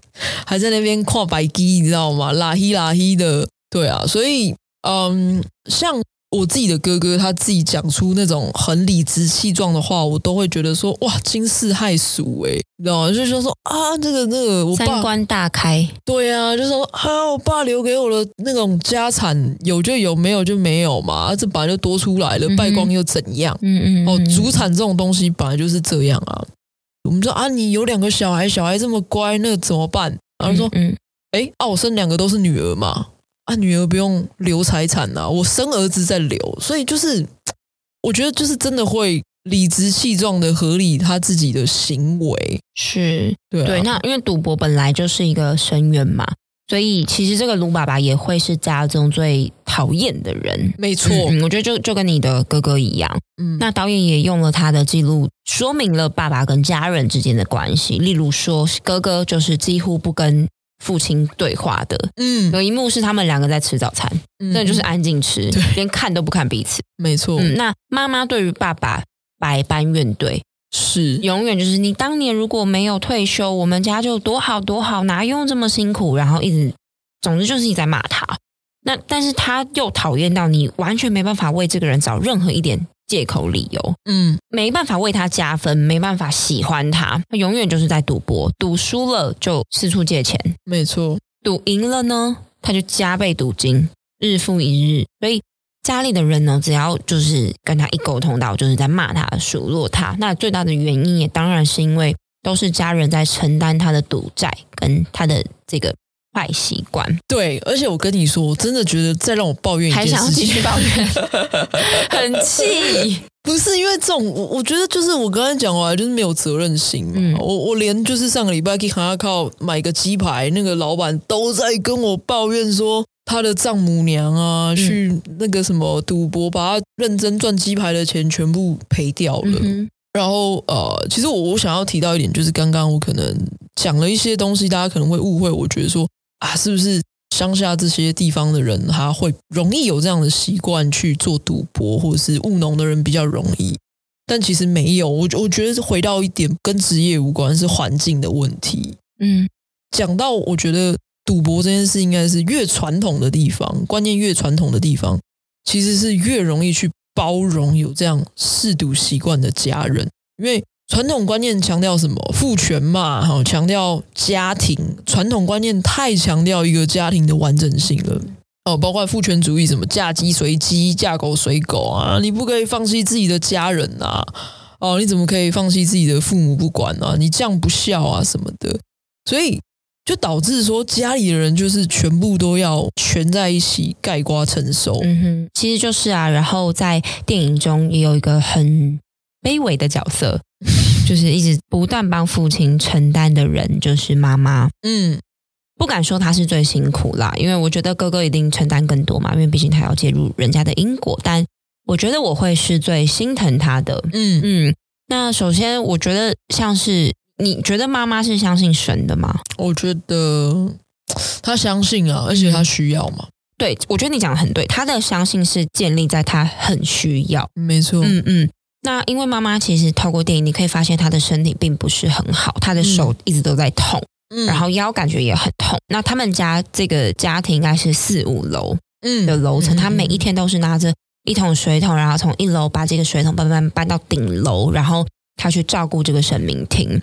Speaker 2: 还在那边跨白鸡，你知道吗？拉稀拉稀的，对啊，所以嗯，像我自己的哥哥，他自己讲出那种很理直气壮的话，我都会觉得说哇，惊世骇俗哎、你知道吗？就是说说啊，这个那个，我爸
Speaker 1: 三观大开，
Speaker 2: 对啊，就说啊，我爸留给我的那种家产，有就有，没有就没有嘛，啊这本来就多出来了，
Speaker 1: 嗯哼
Speaker 2: 败光又怎样？
Speaker 1: 嗯嗯，
Speaker 2: 哦
Speaker 1: 嗯，
Speaker 2: 主产这种东西本来就是这样啊。我们说啊，你有两个小孩，小孩这么乖，那怎么办？然后说，
Speaker 1: 嗯
Speaker 2: 哎、啊，我生两个都是女儿嘛，啊，女儿不用留财产啊，我生儿子再留，所以就是，我觉得就是真的会理直气壮的合理他自己的行为，
Speaker 1: 是
Speaker 2: 对啊、
Speaker 1: 对，那因为赌博本来就是一个深渊嘛，所以其实这个卢爸爸也会是家中最讨厌的人。
Speaker 2: 没错，
Speaker 1: 嗯嗯我觉得就就跟你的哥哥一样，
Speaker 2: 嗯
Speaker 1: 那导演也用了他的记录说明了爸爸跟家人之间的关系，例如说哥哥就是几乎不跟父亲对话的。
Speaker 2: 嗯，
Speaker 1: 有一幕是他们两个在吃早餐，
Speaker 2: 真
Speaker 1: 真的就是安静吃，连看都不看彼此。
Speaker 2: 没错，
Speaker 1: 嗯，那妈妈对于爸爸百般怨怼，
Speaker 2: 是
Speaker 1: 永远就是你当年如果没有退休，我们家就多好多好，哪用这么辛苦？然后一直，总之就是你在骂他。那但是他又讨厌到你完全没办法为这个人找任何一点借口理由，
Speaker 2: 嗯
Speaker 1: 没办法为他加分，没办法喜欢他，他永远就是在赌博，赌输了就四处借钱，
Speaker 2: 没错，
Speaker 1: 赌赢了呢，他就加倍赌金，日复一日。所以家里的人呢，只要就是跟他一沟通到，就是在骂他、数落他。那最大的原因也当然是因为都是家人在承担他的赌债跟他的这个坏习惯。
Speaker 2: 对，而且我跟你说，我真的觉得再让我抱怨一
Speaker 1: 还
Speaker 2: 件
Speaker 1: 想要
Speaker 2: 事
Speaker 1: 继
Speaker 2: 情，
Speaker 1: 续抱怨，很气。
Speaker 2: 不是因为这种，我我觉得就是我刚才讲完，就是没有责任心嘛。
Speaker 1: 嗯
Speaker 2: 我我连就是上个礼拜去卡拉靠买个鸡排，那个老板都在跟我抱怨说，他的丈母娘
Speaker 1: 嗯
Speaker 2: 啊，去那个什么赌博，把他认真赚鸡排的钱全部赔掉了。
Speaker 1: 嗯
Speaker 2: 然后呃，其实我我想要提到一点，就是刚刚我可能讲了一些东西，大家可能会误会，我觉得说啊，是不是乡下这些地方的人他会容易有这样的习惯去做赌博，或者是务农的人比较容易？但其实没有，我我觉得回到一点跟职业无关，是环境的问题。
Speaker 1: 嗯
Speaker 2: 讲到我觉得赌博这件事，应该是越传统的地方，观念越传统的地方，其实是越容易去包容有这样嗜赌习惯的家人，因为传统观念强调什么父权嘛，哈，强调家庭，传统观念太强调一个家庭的完整性了。哦，包括父权主义，什么嫁鸡随鸡，嫁狗随狗啊，你不可以放弃自己的家人啊，哦，你怎么可以放弃自己的父母不管啊？你这样不孝啊什么的，所以就导致说家里的人就是全部都要全在一起盖瓜承受。
Speaker 1: 嗯哼，其实就是啊。然后在电影中也有一个很卑微的角 色，就是一直不断帮父亲承担的人，就是妈妈。
Speaker 2: 嗯，
Speaker 1: 不敢说他是最辛苦啦，因为我觉得哥哥一定承担更多嘛，因为毕竟他要介入人家的因果。但我觉得我会是最心疼他的。
Speaker 2: 嗯，
Speaker 1: 嗯，那首先我觉得像是你觉得妈妈是相信神的吗？
Speaker 2: 我觉得他相信啊，而且他需要嘛，
Speaker 1: 对，我觉得你讲的很对，他的相信是建立在他很需要。
Speaker 2: 没错，
Speaker 1: 嗯嗯。那因为妈妈其实透过电影，你可以发现她的身体并不是很好，她的手一直都在痛，
Speaker 2: 嗯
Speaker 1: 然后腰感觉也很痛。那他们家这个家庭应该是四五楼，
Speaker 2: 嗯
Speaker 1: 的楼层，他每一
Speaker 2: 嗯
Speaker 1: 天都是拿着一桶水桶，然后从一楼把这个水桶搬搬搬到顶楼，然后他去照顾这个神明厅。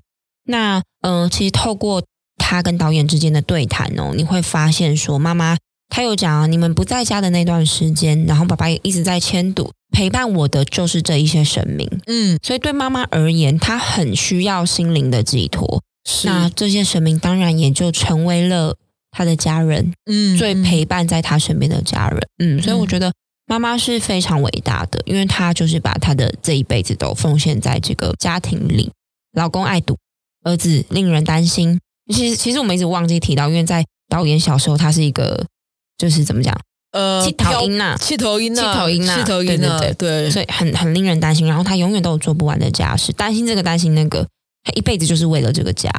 Speaker 1: 那嗯、呃其实透过他跟导演之间的对谈哦，你会发现说，妈妈她有讲啊，你们不在家的那段时间，然后爸爸也一直在迁赌，陪伴我的就是这一些神明。
Speaker 2: 嗯
Speaker 1: 所以对妈妈而言，她很需要心灵的寄托。
Speaker 2: 是
Speaker 1: 那这些神明当然也就成为了她的家人，
Speaker 2: 嗯
Speaker 1: 最陪伴在他身边的家人。嗯，所以
Speaker 2: 嗯
Speaker 1: 我觉得妈妈是非常伟大的，因为她就是把她的这一辈子都奉献在这个家庭里。老公爱赌，儿子令人担心。其实，其实我们一直忘记提到，因为在导演小时候，他是一个就是怎么讲，
Speaker 2: 呃
Speaker 1: 气头音呐、
Speaker 2: 气头音呐，
Speaker 1: 气头音呐
Speaker 2: 气头音呐，
Speaker 1: 啊对
Speaker 2: 啊对
Speaker 1: 啊所以很很令人担心。然后他永远都有做不完的家事，担心这个，担心那个。他一辈子就是为了这个家，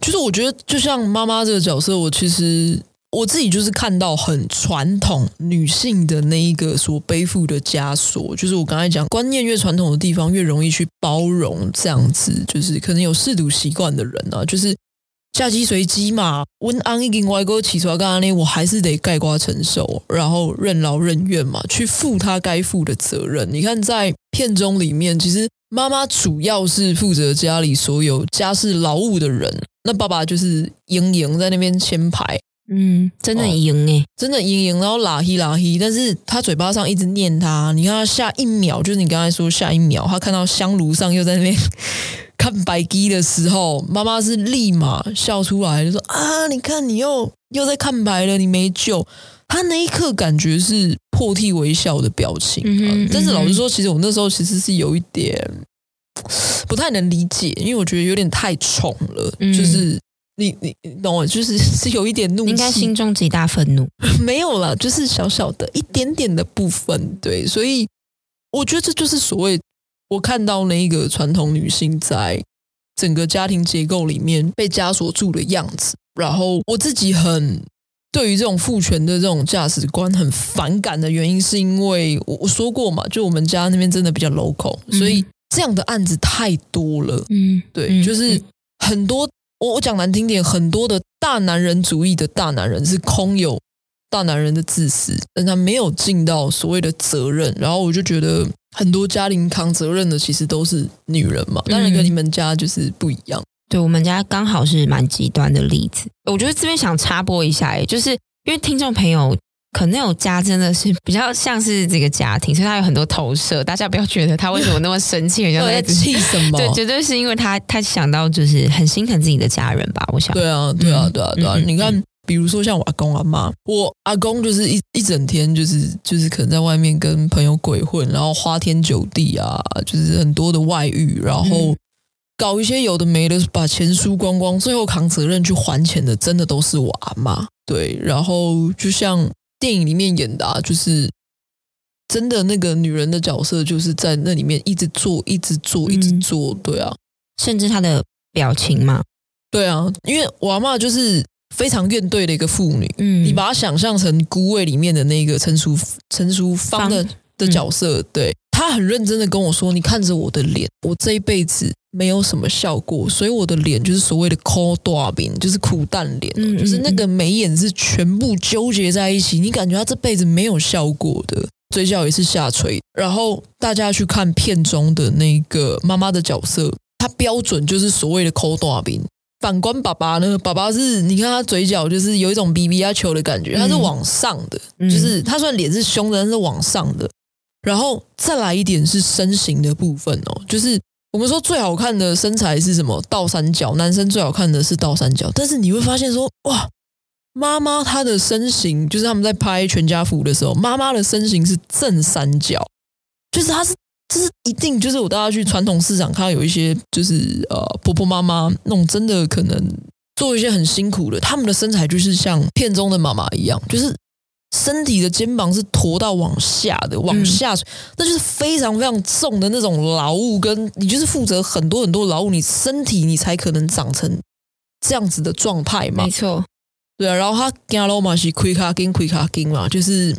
Speaker 2: 就是我觉得，就像妈妈这个角色，我其实我自己就是看到很传统女性的那一个所背负的枷锁，就是我刚才讲，观念越传统的地方，越容易去包容这样子，就是可能有嗜赌习惯的人啊，就是嫁鸡随鸡嘛，温安一跟外哥起床干呢，我还是得盖瓜承受，然后任劳任怨嘛，去负他该负的责任。你看在片中里面，其实妈妈主要是负责家里所有家事劳务的人，那爸爸就是盈盈在那边牵牌，
Speaker 1: 嗯，真的
Speaker 2: 哦
Speaker 1: 很赢诶、
Speaker 2: 真的盈盈，然后拉黑拉黑，但是他嘴巴上一直念他，你看他下一秒，就是你刚才说下一秒，他看到香炉上又在那边看白鸡的时候，妈妈是立马笑出来，就说啊，你看你又又在看白了，你没救。他那一刻感觉是破涕为笑的表情、啊，
Speaker 1: 嗯哼
Speaker 2: 但是老
Speaker 1: 嗯
Speaker 2: 实
Speaker 1: 哼
Speaker 2: 说，其实我那时候其实是有一点不太能理解，因为我觉得有点太宠了，
Speaker 1: 嗯
Speaker 2: 就是。你你你懂我，就是是有一点怒气，
Speaker 1: 应该心中极大愤怒。
Speaker 2: 没有啦，就是小小的一点点的部分，对，所以我觉得这就是所谓我看到那一个传统女性在整个家庭结构里面被枷锁住的样子。然后我自己很对于这种父权的这种价值观很反感的原因，是因为我我说过嘛，就我们家那边真的比较 local，、
Speaker 1: 嗯
Speaker 2: 所以这样的案子太多了。
Speaker 1: 嗯，
Speaker 2: 对，
Speaker 1: 嗯
Speaker 2: 就是很多我我讲难听点，很多的大男人主义的大男人是空有大男人的自私，但他没有尽到所谓的责任。然后我就觉得很多家庭扛责任的其实都是女人嘛，当然
Speaker 1: 嗯
Speaker 2: 跟你们家就是不一样。
Speaker 1: 对我们家刚好是蛮极端的例子。我觉得这边想插播一下，也欸就是因为听众朋友可能有家真的是比较像是这个家庭，所以他有很多投射。大家不要觉得他为什么那么生气，人家
Speaker 2: 到底
Speaker 1: 在
Speaker 2: 在气什 么？
Speaker 1: 对，绝对是因为他他想到就是很心疼自己的家人吧。我想，
Speaker 2: 对啊，对啊，
Speaker 1: 嗯
Speaker 2: 对啊，对啊！
Speaker 1: 嗯嗯
Speaker 2: 你看，比如说像我阿公阿妈，我阿公就是一一整天就是就是可能在外面跟朋友鬼混，然后花天酒地啊，就是很多的外遇，然后
Speaker 1: 嗯
Speaker 2: 搞一些有的没的，把钱输光光，最后扛责任去还钱的，真的都是我阿妈。对，然后就像电影里面演的、啊，就是。真的，那个女人的角色就是在那里面一直做，一直做，一直
Speaker 1: 嗯
Speaker 2: 做，对啊，
Speaker 1: 甚至他的表情嘛，
Speaker 2: 对啊，因为我阿嬷就是非常怨怼的一个妇女，
Speaker 1: 嗯，
Speaker 2: 你把她想象成《孤味》里面的那个陈淑陈淑芳的
Speaker 1: 嗯
Speaker 2: 的角色，对她很认真的跟我说：“你看着我的脸，我这一辈子没有什么效果，所以我的脸就是所谓的 cold 大饼，就是苦蛋脸，哦
Speaker 1: 嗯
Speaker 2: 就是那个眉眼是全部纠结在一起，你感觉她这辈子没有效果的。”嘴角也是下垂，然后大家去看片中的那个妈妈的角色，她标准就是所谓的抠大饼，反观爸爸呢，爸爸是你看他嘴角就是有一种比比亚球的感觉，
Speaker 1: 嗯
Speaker 2: 他是往上的，
Speaker 1: 嗯
Speaker 2: 就是他虽然脸是凶的，但是往上的。然后再来一点是身形的部分哦，就是我们说最好看的身材是什么？倒三角，男生最好看的是倒三角，但是你会发现说，哇，妈妈她的身形，就是他们在拍《全家福》的时候，妈妈的身形是正三角，就是她是。就是一定，就是我带她去传统市场，看到有一些就是呃婆婆妈妈那种真的可能做一些很辛苦的，他们的身材就是像片中的妈妈一样，就是身体的肩膀是驼到往下的，往下，那就是非常非常重的那种劳务，跟你就是负责很多很多劳务，你身体你才可能长成这样子的状态嘛
Speaker 1: 没。错，
Speaker 2: 对啊，然后他加罗马是亏卡跟亏卡跟嘛，就是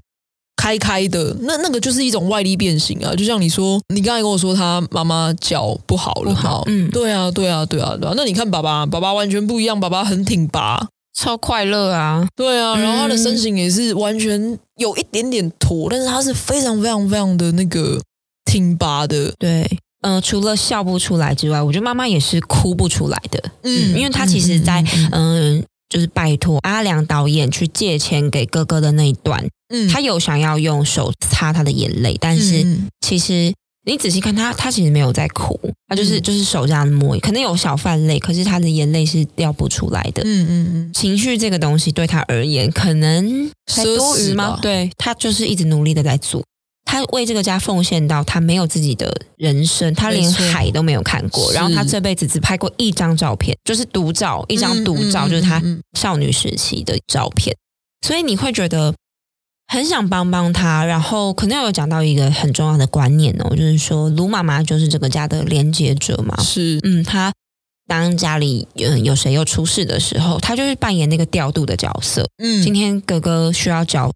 Speaker 2: 开开的，那那个就是一种外力变形啊。就像你说，你刚才跟我说他妈妈脚不好了
Speaker 1: 不好
Speaker 2: 嘛，
Speaker 1: 嗯
Speaker 2: 对啊，对啊，对啊，对啊。那你看爸爸，爸爸完全不一样，爸爸很挺拔，
Speaker 1: 超快乐啊，
Speaker 2: 对啊，
Speaker 1: 嗯
Speaker 2: 然后他的身形也是完全有一点点驼，但是他是非常非常非常的那个挺拔的，
Speaker 1: 对。嗯、除了笑不出来之外，我觉得妈妈也是哭不出来的。嗯，因为她其实在，嗯、就是拜托阿良导演去借钱给哥哥的那一段，
Speaker 2: 嗯
Speaker 1: 他有想要用手擦他的眼泪，但是
Speaker 2: 嗯
Speaker 1: 其实你仔细看他，他其实没有在哭，他就是
Speaker 2: 嗯
Speaker 1: 就是手这样摸，可能有小泛泪，可是他的眼泪是掉不出来的。
Speaker 2: 嗯嗯嗯，
Speaker 1: 情绪这个东西对他而言，可能才
Speaker 2: 奢侈
Speaker 1: 多余吗
Speaker 2: 吧？
Speaker 1: 对他就是一直努力的在做，他为这个家奉献到他没有自己的人生，他
Speaker 2: 没
Speaker 1: 连
Speaker 2: 错
Speaker 1: 海都没有看过，
Speaker 2: 是
Speaker 1: 然后他这辈子只拍过一张照片，就是独照，一张独照，就是他
Speaker 2: 嗯嗯嗯
Speaker 1: 少女时期的照片，所以你会觉得很想帮帮她。然后可能有讲到一个很重要的观念哦，就是说卢妈妈就是这个家的连接者嘛
Speaker 2: 嗯。是
Speaker 1: 嗯，她当家里嗯有谁又出事的时候，她就是扮演那个调度的角色。
Speaker 2: 嗯
Speaker 1: 今天哥哥需要缴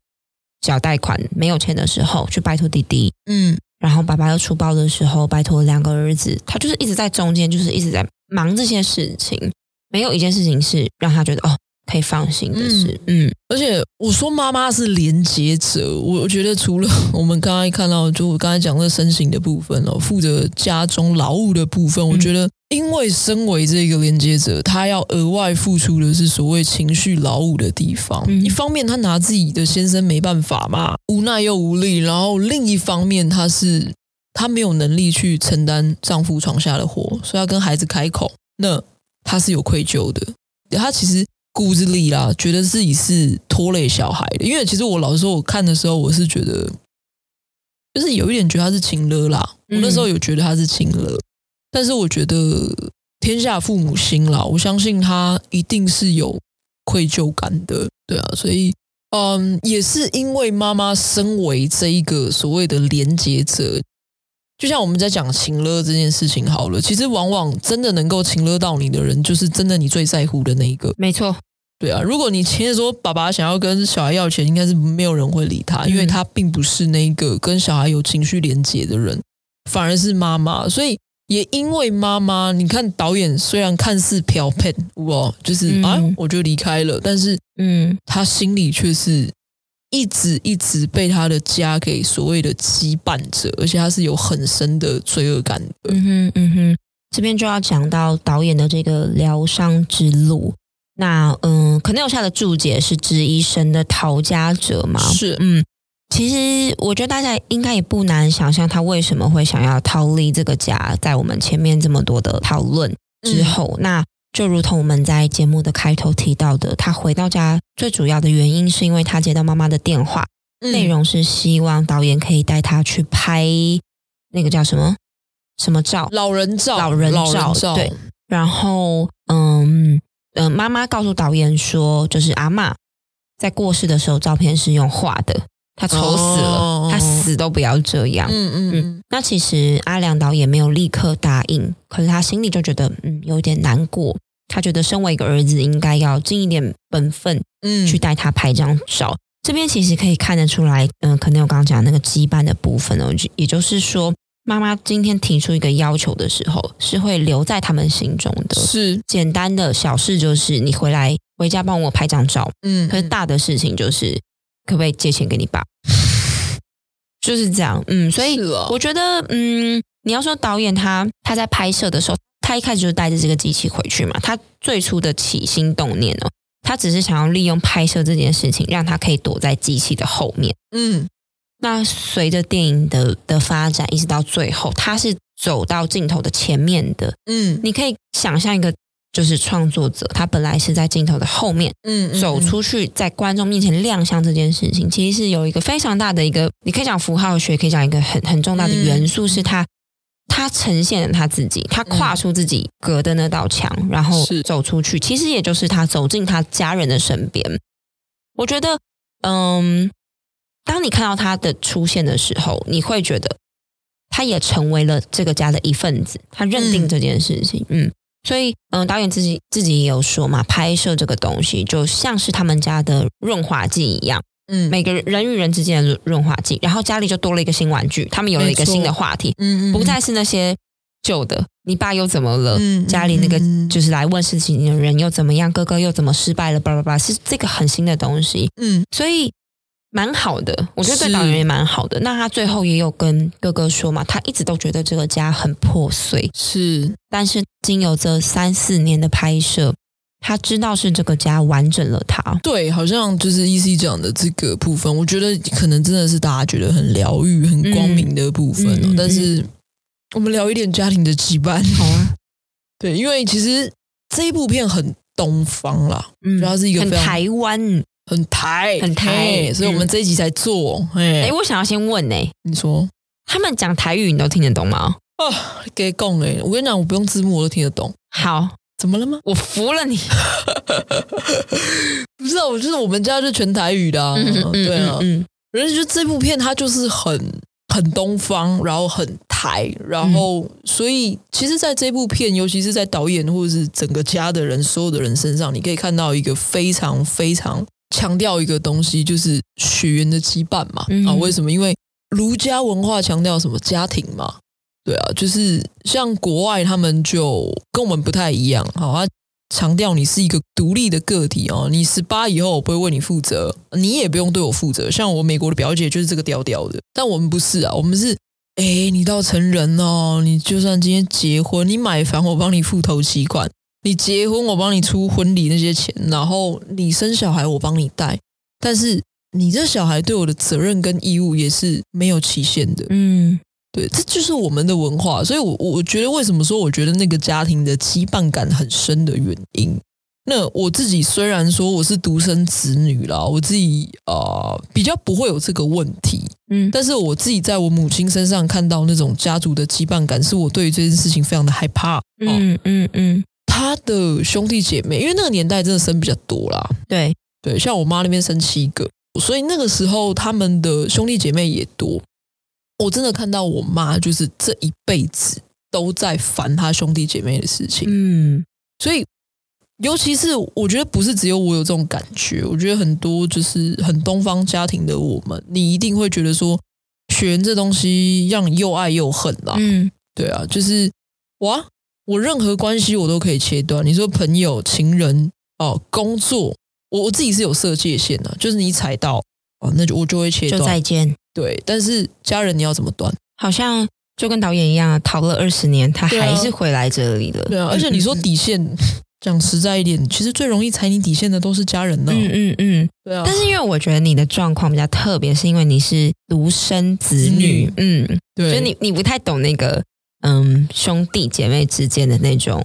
Speaker 1: 缴贷款没有钱的时候，去拜托弟弟。
Speaker 2: 嗯
Speaker 1: 然后爸爸要出包的时候，拜托两个儿子，他就是一直在中间，就是一直在忙这些事情，没有一件事情是让他觉得哦可以放心的事。嗯
Speaker 2: 而且我说妈妈是连接者，我我觉得除了我们刚才看到，就我刚才讲的身形的部分哦，负责家中劳务的部分，我觉得因为身为这个连接者，他要额外付出的是所谓情绪劳务的地方。
Speaker 1: 嗯
Speaker 2: 一方面，他拿自己的先生没办法嘛，无奈又无力；然后另一方面，他是她没有能力去承担丈夫床下的活，所以要跟孩子开口，那她是有愧疚的。她其实骨子里啦，觉得自己是拖累小孩的。因为其实我老实说，我看的时候，我是觉得，就是有一点觉得她是情勒啦。我
Speaker 1: 嗯
Speaker 2: 那时候有觉得她是情勒，但是我觉得天下父母心啦，我相信她一定是有愧疚感的。对啊，所以嗯，也是因为妈妈身为这一个所谓的连接者，就像我们在讲情勒这件事情好了，其实往往真的能够情勒到你的人，就是真的你最在乎的那一个。
Speaker 1: 没错，
Speaker 2: 对啊，如果你前面说爸爸想要跟小孩要钱，应该是没有人会理他，因为他并不是那个跟小孩有情绪连结的人，反而是妈妈。所以也因为妈妈，你看导演虽然看似飘配，哇，就是、
Speaker 1: 嗯
Speaker 2: 啊，我就离开了，但是
Speaker 1: 嗯，
Speaker 2: 他心里却是一直一直被他的家给所谓的羁绊着，而且他是有很深的罪恶感的。
Speaker 1: 嗯哼，嗯哼，这边就要讲到导演的这个疗伤之路。那嗯，可能有下的注解是指医生的逃家者嘛？
Speaker 2: 是
Speaker 1: 嗯，其实我觉得大家应该也不难想象他为什么会想要逃离这个家。在我们前面这么多的讨论
Speaker 2: 嗯
Speaker 1: 之后，那就如同我们在节目的开头提到的，他回到家最主要的原因是因为他接到妈妈的电话，嗯
Speaker 2: 嗯
Speaker 1: 内容是希望导演可以带他去拍那个叫什么什么照，
Speaker 2: 老人照，
Speaker 1: 老人照
Speaker 2: 老人照，
Speaker 1: 对然后嗯嗯、呃妈妈告诉导演说，就是阿嬷在过世的时候，照片是用画的，她丑死了，
Speaker 2: 哦
Speaker 1: 她死都不要这样。
Speaker 2: 嗯嗯嗯，
Speaker 1: 那其实阿良导演没有立刻答应，可是他心里就觉得嗯有点难过，他觉得身为一个儿子，应该要尽一点本分，
Speaker 2: 嗯
Speaker 1: 去带他拍张照。这边其实可以看得出来，嗯、可能我刚刚讲那个羁绊的部分哦，就也就是说，妈妈今天提出一个要求的时候，是会留在他们心中的。
Speaker 2: 是，
Speaker 1: 简单的小事就是你回来回家帮我拍张照，
Speaker 2: 嗯，
Speaker 1: 可是大的事情就是可不可以借钱给你爸， 就是这样。嗯，所以
Speaker 2: 是哦
Speaker 1: 我觉得，嗯，你要说导演他他在拍摄的时候，他一开始就带着这个机器回去嘛，他最初的起心动念哦，他只是想要利用拍摄这件事情，让他可以躲在机器的后面。
Speaker 2: 嗯
Speaker 1: 那随着电影的的发展，一直到最后，他是走到镜头的前面的。
Speaker 2: 嗯
Speaker 1: 你可以想象一个，就是创作者他本来是在镜头的后面，
Speaker 2: 嗯
Speaker 1: 走，出去，在观众面前亮相这件事情，其实是有一个非常大的一个，你可以讲符号学，可以讲一个很很重大的元素，是他他呈现了他自己，他跨出自己隔的那道墙，然后
Speaker 2: 是
Speaker 1: 走出去，其实也就是他走进他家人的身边。我觉得，嗯，当你看到他的出现的时候，你会觉得他也成为了这个家的一份子，他认定
Speaker 2: 嗯
Speaker 1: 这件事情，嗯所以，嗯，导演自己自己也有说嘛，拍摄这个东西就像是他们家的润滑剂一样，
Speaker 2: 嗯嗯
Speaker 1: 每个人与人之间的润润滑剂。然后家里就多了一个新玩具，他们有了一个
Speaker 2: 没错
Speaker 1: 新的话题，
Speaker 2: 嗯，
Speaker 1: 不再是那些旧的。你爸又怎么了？
Speaker 2: 嗯
Speaker 1: 家里那个就是来问事情的人又怎么样？哥哥又怎么失败了？叭叭叭，是这个很新的东西，
Speaker 2: 嗯
Speaker 1: 所以蛮好的。我觉得对
Speaker 2: 是
Speaker 1: 导演也蛮好的。那他最后也有跟哥哥说嘛，他一直都觉得这个家很破碎，
Speaker 2: 是
Speaker 1: 但是经由这三四年的拍摄，他知道是这个家完整了他。
Speaker 2: 对，好像就是 E C 讲的这个部分，我觉得可能真的是大家觉得很疗愈、很光明的部
Speaker 1: 嗯
Speaker 2: 分哦。但是我们聊一点家庭的羁绊，
Speaker 1: 好啊，
Speaker 2: 对，因为其实这一部片很东方啦，
Speaker 1: 嗯
Speaker 2: 主要是一个
Speaker 1: 很
Speaker 2: 非常
Speaker 1: 台湾。
Speaker 2: 很台
Speaker 1: 很台
Speaker 2: 嘿所以我
Speaker 1: 嗯
Speaker 2: 们这一集才做。哎、
Speaker 1: 哎、我想要先问呢、
Speaker 2: 你说
Speaker 1: 他们讲台语你都听得懂吗？
Speaker 2: 啊，给供哎，我跟你讲，我不用字幕我都听得懂，
Speaker 1: 好，
Speaker 2: 怎么了吗？
Speaker 1: 我服 了你。
Speaker 2: 不是啊，我就是我们家就全台语的、
Speaker 1: 哦
Speaker 2: 啊，对啊，
Speaker 1: 嗯
Speaker 2: 人家就这部片它就是很很东方，然后很台，然后、所以其实在这部片，尤其是在导演或者是整个家的人、所有的人身上，你可以看到一个非常非常强调一个东西，就是血缘的羁绊嘛。
Speaker 1: 嗯
Speaker 2: 啊，为什么？因为儒家文化强调什么家庭嘛。对啊，就是像国外他们就跟我们不太一样，好，他强调你是一个独立的个体哦，你十八以后我不会为你负责，你也不用对我负责。像我美国的表姐就是这个调调的，但我们不是啊，我们是，哎，你到成人哦，你就算今天结婚，你买房我帮你付头期款，你结婚我帮你出婚礼那些钱，然后你生小孩我帮你带，但是你这小孩对我的责任跟义务也是没有期限的。
Speaker 1: 嗯
Speaker 2: 对，这就是我们的文化，所以我，我我觉得为什么说我觉得那个家庭的羁绊感很深的原因。那我自己虽然说我是独生子女啦，我自己呃比较不会有这个问题，
Speaker 1: 嗯
Speaker 2: 但是我自己在我母亲身上看到那种家族的羁绊感，是我对于这件事情非常的害怕。哦、
Speaker 1: 嗯嗯嗯，
Speaker 2: 她的兄弟姐妹，因为那个年代真的生比较多啦，
Speaker 1: 对，
Speaker 2: 对，像我妈那边生七个，所以那个时候他们的兄弟姐妹也多。我真的看到我妈就是这一辈子都在烦她兄弟姐妹的事情，
Speaker 1: 嗯，
Speaker 2: 所以尤其是我觉得不是只有我有这种感觉，我觉得很多就是很东方家庭的我们，你一定会觉得说血缘这东西让你又爱又恨啦，
Speaker 1: 嗯，
Speaker 2: 对啊，就是哇，我任何关系我都可以切断。你说朋友、情人哦，工作，我我自己是有设界限的、就是你踩到哦，那就我就会切
Speaker 1: 就
Speaker 2: 断。
Speaker 1: 再见。
Speaker 2: 对，但是家人你要怎么断？
Speaker 1: 好像就跟导演一样啊，逃了二十年，他
Speaker 2: 对啊
Speaker 1: 还是回来这里了。嗯
Speaker 2: 对啊，而且你说底线，讲实在一点，其实最容易踩你底线的都是家人呢、
Speaker 1: 嗯嗯嗯，
Speaker 2: 对啊，
Speaker 1: 但是因为我觉得你的状况比较特别，是因为你是独生子女，嗯，
Speaker 2: 对，
Speaker 1: 所以你你不太懂那个嗯兄弟姐妹之间的那种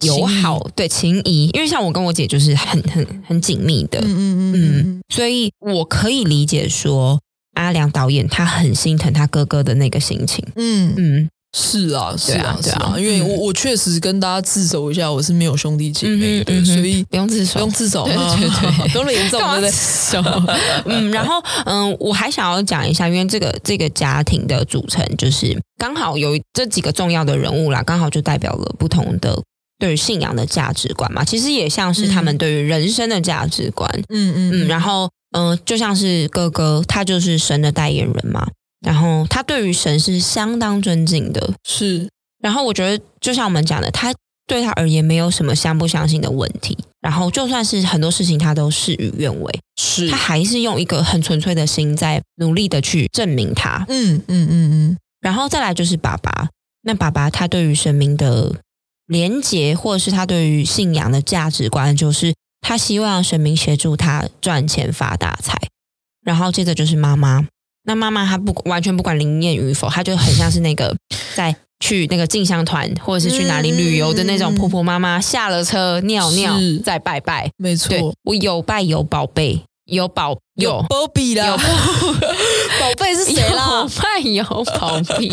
Speaker 2: 情谊
Speaker 1: 友好对情谊，因为像我跟我姐就是很很很紧密的，
Speaker 2: 嗯嗯嗯嗯，
Speaker 1: 所以我可以理解说阿良导演他很心疼他哥哥的那个心情，
Speaker 2: 嗯嗯，
Speaker 1: 嗯
Speaker 2: 是啊，是
Speaker 1: 对啊
Speaker 2: 是
Speaker 1: 对啊
Speaker 2: 啊，因为
Speaker 1: 嗯
Speaker 2: 我我确实跟大家自首一下，我是没有兄弟姐妹
Speaker 1: 嗯
Speaker 2: 的，所以
Speaker 1: 不用自
Speaker 2: 不
Speaker 1: 首
Speaker 2: 用。自首，
Speaker 1: 对
Speaker 2: 啊
Speaker 1: 对对
Speaker 2: 都很严重，
Speaker 1: 干嘛
Speaker 2: 对不对？
Speaker 1: 嗯，然后嗯，我还想要讲一下，因为这个这个家庭的组成，就是刚好有这几个重要的人物啦，刚好就代表了不同的对于信仰的价值观嘛。其实也像是他们对于人生的价值观。
Speaker 2: 嗯嗯
Speaker 1: 嗯，然后嗯、呃就像是哥哥，他就是神的代言人嘛，然后他对于神是相当尊敬的。
Speaker 2: 是
Speaker 1: 然后我觉得，就像我们讲的，他对他而言没有什么相不相信的问题。然后就算是很多事情，他都事与愿违。
Speaker 2: 是
Speaker 1: 他还是用一个很纯粹的心在努力的去证明他。
Speaker 2: 嗯嗯嗯
Speaker 1: 然后再来就是爸爸，那爸爸他对于神明的连结，或者是他对于信仰的价值观，就是他希望神明协助他赚钱发大财。然后接着就是妈妈，那妈妈她不完全不管灵验与否，她就很像是那个在。去那个进香团，或者是去哪里旅游的那种婆婆妈妈，下了车尿尿
Speaker 2: 是，
Speaker 1: 再拜拜。
Speaker 2: 没
Speaker 1: 对
Speaker 2: 错，
Speaker 1: 我有拜有宝贝，有宝有
Speaker 2: Bobby 啦， 宝贝是谁啦
Speaker 1: 有？卖有宝 币，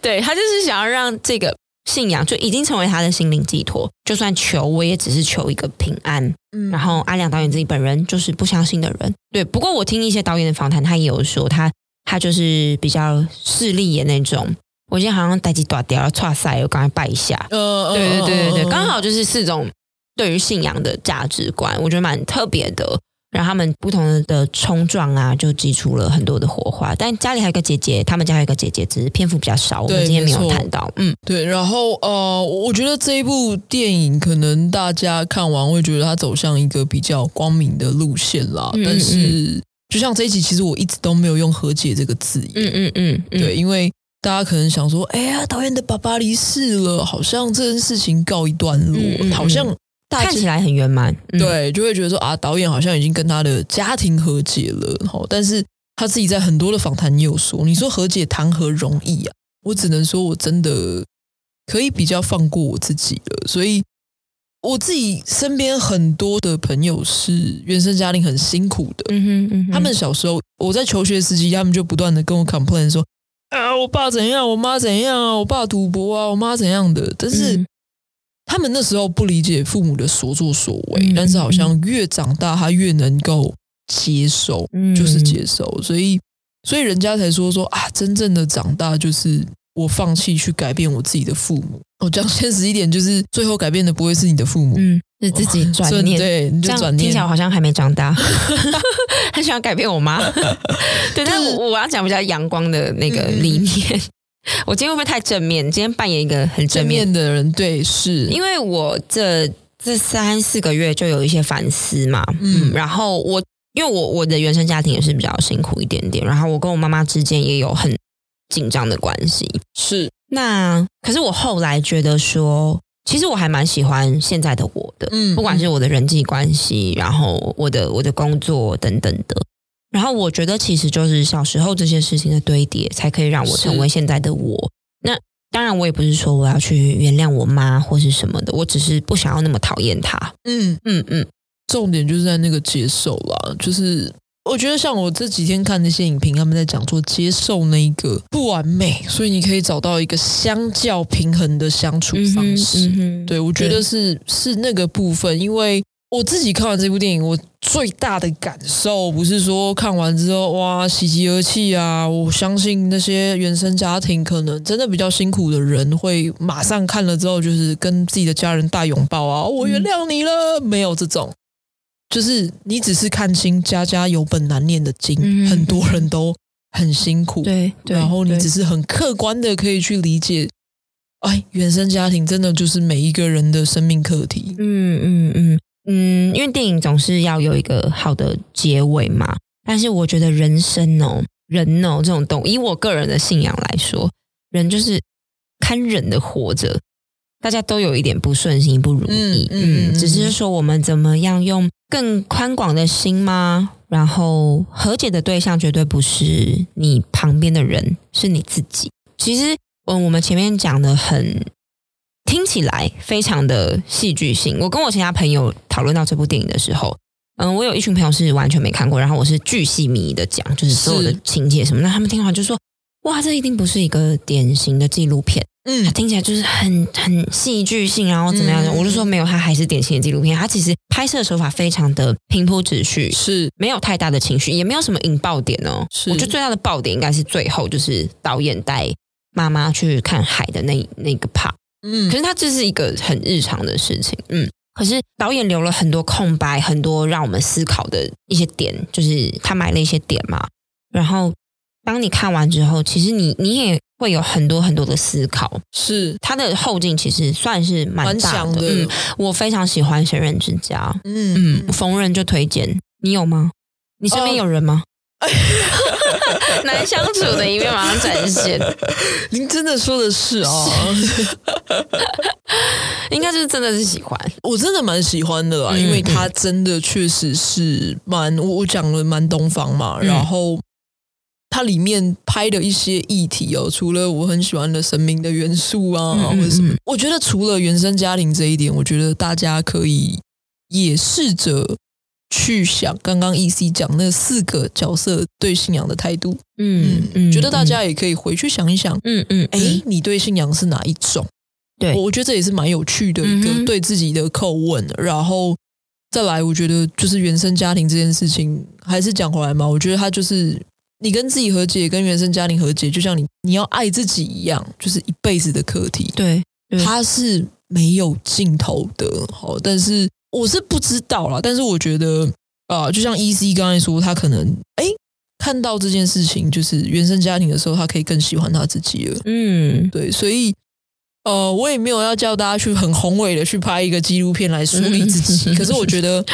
Speaker 1: 对他就是想要让这个信仰就已经成为他的心灵寄托。就算求，我也只是求一个平安。
Speaker 2: 嗯
Speaker 1: 然后阿良导演自己本人就是不相信的人，对。不过我听一些导演的访谈，他也有说他他就是比较势利的那种。我今天好像带几短掉要岔赛，我赶快拜一下。
Speaker 2: 呃，
Speaker 1: 对对对对对，刚
Speaker 2: 好
Speaker 1: 好就是四种对于信仰的价值观，我觉得蛮特别的。然后他们不同的冲撞啊，就激出了很多的火花。但家里还有一个姐姐，他们家还有一个姐姐，只是篇幅比较少，我们
Speaker 2: 对
Speaker 1: 今天没
Speaker 2: 没
Speaker 1: 有
Speaker 2: 错
Speaker 1: 谈到。嗯，
Speaker 2: 对，然后呃，我觉得这一部电影可能大家看完会觉得它走向一个比较光明的路线啦，
Speaker 1: 嗯嗯
Speaker 2: 但是就像这一集，其实我一直都没有用和解这个字眼，
Speaker 1: 嗯嗯嗯，嗯
Speaker 2: 对，，因为大家可能想说，哎呀，导演的爸爸离世了，好像这件事情告一段落，
Speaker 1: 嗯嗯嗯
Speaker 2: 好像大家
Speaker 1: 看起来很圆满。嗯，
Speaker 2: 对，就会觉得说啊，导演好像已经跟他的家庭和解了，好，但是他自己在很多的访谈也有说，你说和解谈何容易啊？我只能说我真的可以比较放过我自己了，所以我自己身边很多的朋友是原生家庭很辛苦的，
Speaker 1: 嗯哼嗯哼，
Speaker 2: 他们小时候我在求学时期，他们就不断的跟我 complain 说啊，我爸怎样，我妈怎样啊，我爸赌博啊，我妈怎样的，但是。
Speaker 1: 嗯
Speaker 2: 他们那时候不理解父母的所作所为，
Speaker 1: 嗯
Speaker 2: 但是好像越长大，他越能够接受，
Speaker 1: 嗯
Speaker 2: 就是接受，所以所以人家才说说啊，真正的长大就是我放弃去改变我自己的父母。我讲现实一点，就是最后改变的不会是你的父母，
Speaker 1: 嗯是自己转
Speaker 2: 所以
Speaker 1: 念。
Speaker 2: 对，你
Speaker 1: 这
Speaker 2: 就
Speaker 1: 样
Speaker 2: 转
Speaker 1: 听
Speaker 2: 念
Speaker 1: 起来我好像还没长大， 很想要改变我妈。 对，但
Speaker 2: 就是
Speaker 1: 是我我要讲比较阳光的那个
Speaker 2: 嗯嗯嗯
Speaker 1: 理念。 我今天会不会太正面？今天扮演一个很正
Speaker 2: 正
Speaker 1: 面，
Speaker 2: 面的人，对，是，
Speaker 1: 因为我这这三四个月就有一些反思嘛。
Speaker 2: 嗯
Speaker 1: 嗯，然后我因为我我的原生家庭也是比较辛苦一点点，然后我跟我妈妈之间也有很紧张的关系。
Speaker 2: 是，
Speaker 1: 那可是我后来觉得说，其实我还蛮喜欢现在的我的，
Speaker 2: 嗯
Speaker 1: 不管是我的人际关系，然后我的我的工作等等的。然后我觉得其实就是小时候这些事情的堆叠，才可以让我
Speaker 2: 是
Speaker 1: 成为现在的我。那当然，我也不是说我要去原谅我妈或是什么的，我只是不想要那么讨厌她。
Speaker 2: 嗯，
Speaker 1: 嗯嗯
Speaker 2: 重点就是在那个接受啦，就是我觉得像我这几天看那些影评，他们在讲说接受那一个不完美，所以你可以找到一个相较平衡的相处
Speaker 1: 嗯哼，
Speaker 2: 方式。
Speaker 1: 嗯哼
Speaker 2: 对，我觉得是是那个部分，因为我自己看完这部电影，我最大的感受不是说看完之后哇喜极而泣啊，我相信那些原生家庭可能真的比较辛苦的人，会马上看了之后就是跟自己的家人大拥抱啊，我
Speaker 1: 嗯
Speaker 2: 原谅你了，没有这种，就是你只是看清家家有本难念的经，
Speaker 1: 嗯
Speaker 2: 很多人都很辛苦，
Speaker 1: 对对，
Speaker 2: 然后你
Speaker 1: 对
Speaker 2: 只是很客观的可以去理解，哎，原生家庭真的就是每一个人的生命课题，
Speaker 1: 嗯嗯嗯嗯，因为电影总是要有一个好的结尾嘛。但是我觉得人生哦，人哦这种东，以我个人的信仰来说，人就是堪忍的活着。大家都有一点不顺心、不如意，
Speaker 2: 嗯嗯
Speaker 1: 嗯，
Speaker 2: 嗯
Speaker 1: 只是说我们怎么样用更宽广的心吗？然后和解的对象绝对不是你旁边的人，是你自己。其实，嗯，我们前面讲的很听起来非常的戏剧性。我跟我其他朋友讨论到这部电影的时候，嗯，我有一群朋友是完全没看过，然后我是巨细靡遗的讲，就是所有的
Speaker 2: 是
Speaker 1: 情节什么，那他们听完就说：“哇，这一定不是一个典型的纪录片，
Speaker 2: 嗯
Speaker 1: 它，听起来就是很很戏剧性，然后怎么样的？”
Speaker 2: 嗯
Speaker 1: 我就说：“没有，它还是典型的纪录片，它其实拍摄手法非常的平铺直叙。”
Speaker 2: 是
Speaker 1: 没有太大的情绪，也没有什么引爆点哦。
Speaker 2: 是
Speaker 1: 我觉得最大的爆点应该是最后，就是导演带妈妈去看海的那那个 part。
Speaker 2: 嗯
Speaker 1: 可是它这是一个很日常的事情，嗯。可是导演留了很多空白，很多让我们思考的一些点，就是他埋了一些点嘛。然后当你看完之后，其实你你也会有很多很多的思考。
Speaker 2: 是
Speaker 1: 它的后劲其实算是蛮
Speaker 2: 蛮
Speaker 1: 大
Speaker 2: 强的，
Speaker 1: 嗯，我非常喜欢《神人之家》，
Speaker 2: 嗯
Speaker 1: 嗯，逢人就推荐。你有吗？你身边
Speaker 2: 哦
Speaker 1: 有人 吗？难相处的一面马上展现，
Speaker 2: 您真的说的是哦，
Speaker 1: 应该就是真的是喜欢。
Speaker 2: 我真的蛮喜欢的啦，
Speaker 1: 嗯
Speaker 2: 因为他真的确实是蛮我我讲了蛮东方嘛，
Speaker 1: 嗯
Speaker 2: 然后。它里面拍的一些议题哦，除了我很喜欢的神明的元素啊，
Speaker 1: 嗯嗯
Speaker 2: 或者什么
Speaker 1: 嗯，
Speaker 2: 我觉得除了原生家庭这一点，我觉得大家可以也试着去想刚刚 E C 讲那四个角色对信仰的态度，
Speaker 1: 嗯
Speaker 2: 嗯
Speaker 1: 嗯，
Speaker 2: 觉得大家也可以回去想一想，
Speaker 1: 嗯，嗯嗯，
Speaker 2: 哎、
Speaker 1: 嗯
Speaker 2: 你对信仰是哪一种？
Speaker 1: 对
Speaker 2: 我我觉得这也是蛮有趣的一
Speaker 1: 嗯哼
Speaker 2: 个对自己的叩问。然后再来，我觉得就是原生家庭这件事情，还是讲回来嘛，我觉得它就是你跟自己和解，跟原生家庭和解，就像你你要爱自己一样，就是一辈子的课题，
Speaker 1: 对，对
Speaker 2: 它是没有尽头的。好，但是我是不知道啦，但是我觉得啊、呃就像 E C 刚才说，他可能哎。看到这件事情，就是原生家庭的时候，他可以更喜欢他自己了。
Speaker 1: 嗯
Speaker 2: 对，所以呃，我也没有要叫大家去很宏伟的去拍一个纪录片来梳理自己，
Speaker 1: 嗯
Speaker 2: 可是我 觉得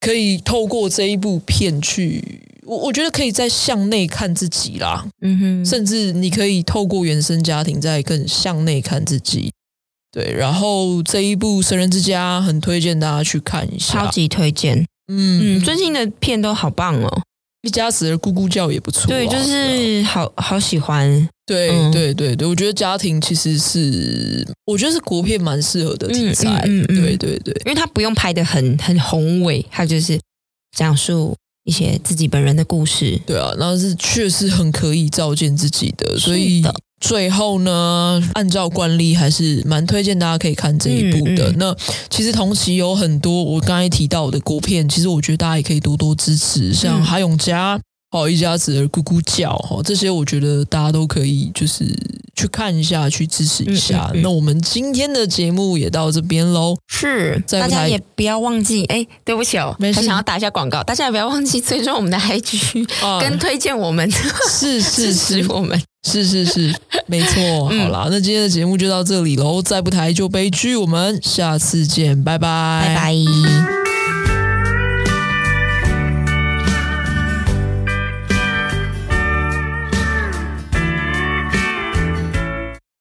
Speaker 2: 可以透过这一部片去。我我觉得可以再向内看自己啦，
Speaker 1: 嗯哼，
Speaker 2: 甚至你可以透过原生家庭再更向内看自己。对，然后这一部《神人之家》很推荐大家去看一下。
Speaker 1: 超级推荐。
Speaker 2: 嗯
Speaker 1: 嗯，最近的片都好棒哦。
Speaker 2: 一家子的咕咕叫也不错啊、
Speaker 1: 对，就是好好喜欢。
Speaker 2: 对、
Speaker 1: 嗯
Speaker 2: 对对对，我觉得家庭其实是，我觉得是国片蛮适合的题材。
Speaker 1: 嗯嗯嗯嗯
Speaker 2: 对对对，
Speaker 1: 因为他不用拍的很很宏伟，他就是讲述一些自己本人的故事。
Speaker 2: 对啊，然后是确实很可以照见自己的，所以
Speaker 1: 是的
Speaker 2: 最后呢，按照惯例还是蛮推荐大家可以看这一部的。
Speaker 1: 嗯嗯
Speaker 2: 那其实同期有很多我刚才提到的国片，其实我觉得大家也可以多多支持，像
Speaker 1: 嗯
Speaker 2: 《哈永家》。哦，一家子儿咕咕叫，哦，这些我觉得大家都可以就是去看一下，去支持一下。
Speaker 1: 嗯嗯嗯
Speaker 2: 那我们今天的节目也到这边喽。
Speaker 1: 是，
Speaker 2: 在
Speaker 1: 大
Speaker 2: 舞
Speaker 1: 家
Speaker 2: 台
Speaker 1: 也不要忘记，哎、对不起哦，
Speaker 2: 没事
Speaker 1: 还想要打一下广告，大家也不要忘记追踪我们的 IG，、
Speaker 2: 啊
Speaker 1: 跟推荐我们，
Speaker 2: 是是
Speaker 1: 支
Speaker 2: 是
Speaker 1: 持我们。
Speaker 2: 是是是， 没错。
Speaker 1: 嗯
Speaker 2: 好啦，那今天的节目就到这里喽，再不抬就悲剧，我们下次见，拜拜，
Speaker 1: 拜拜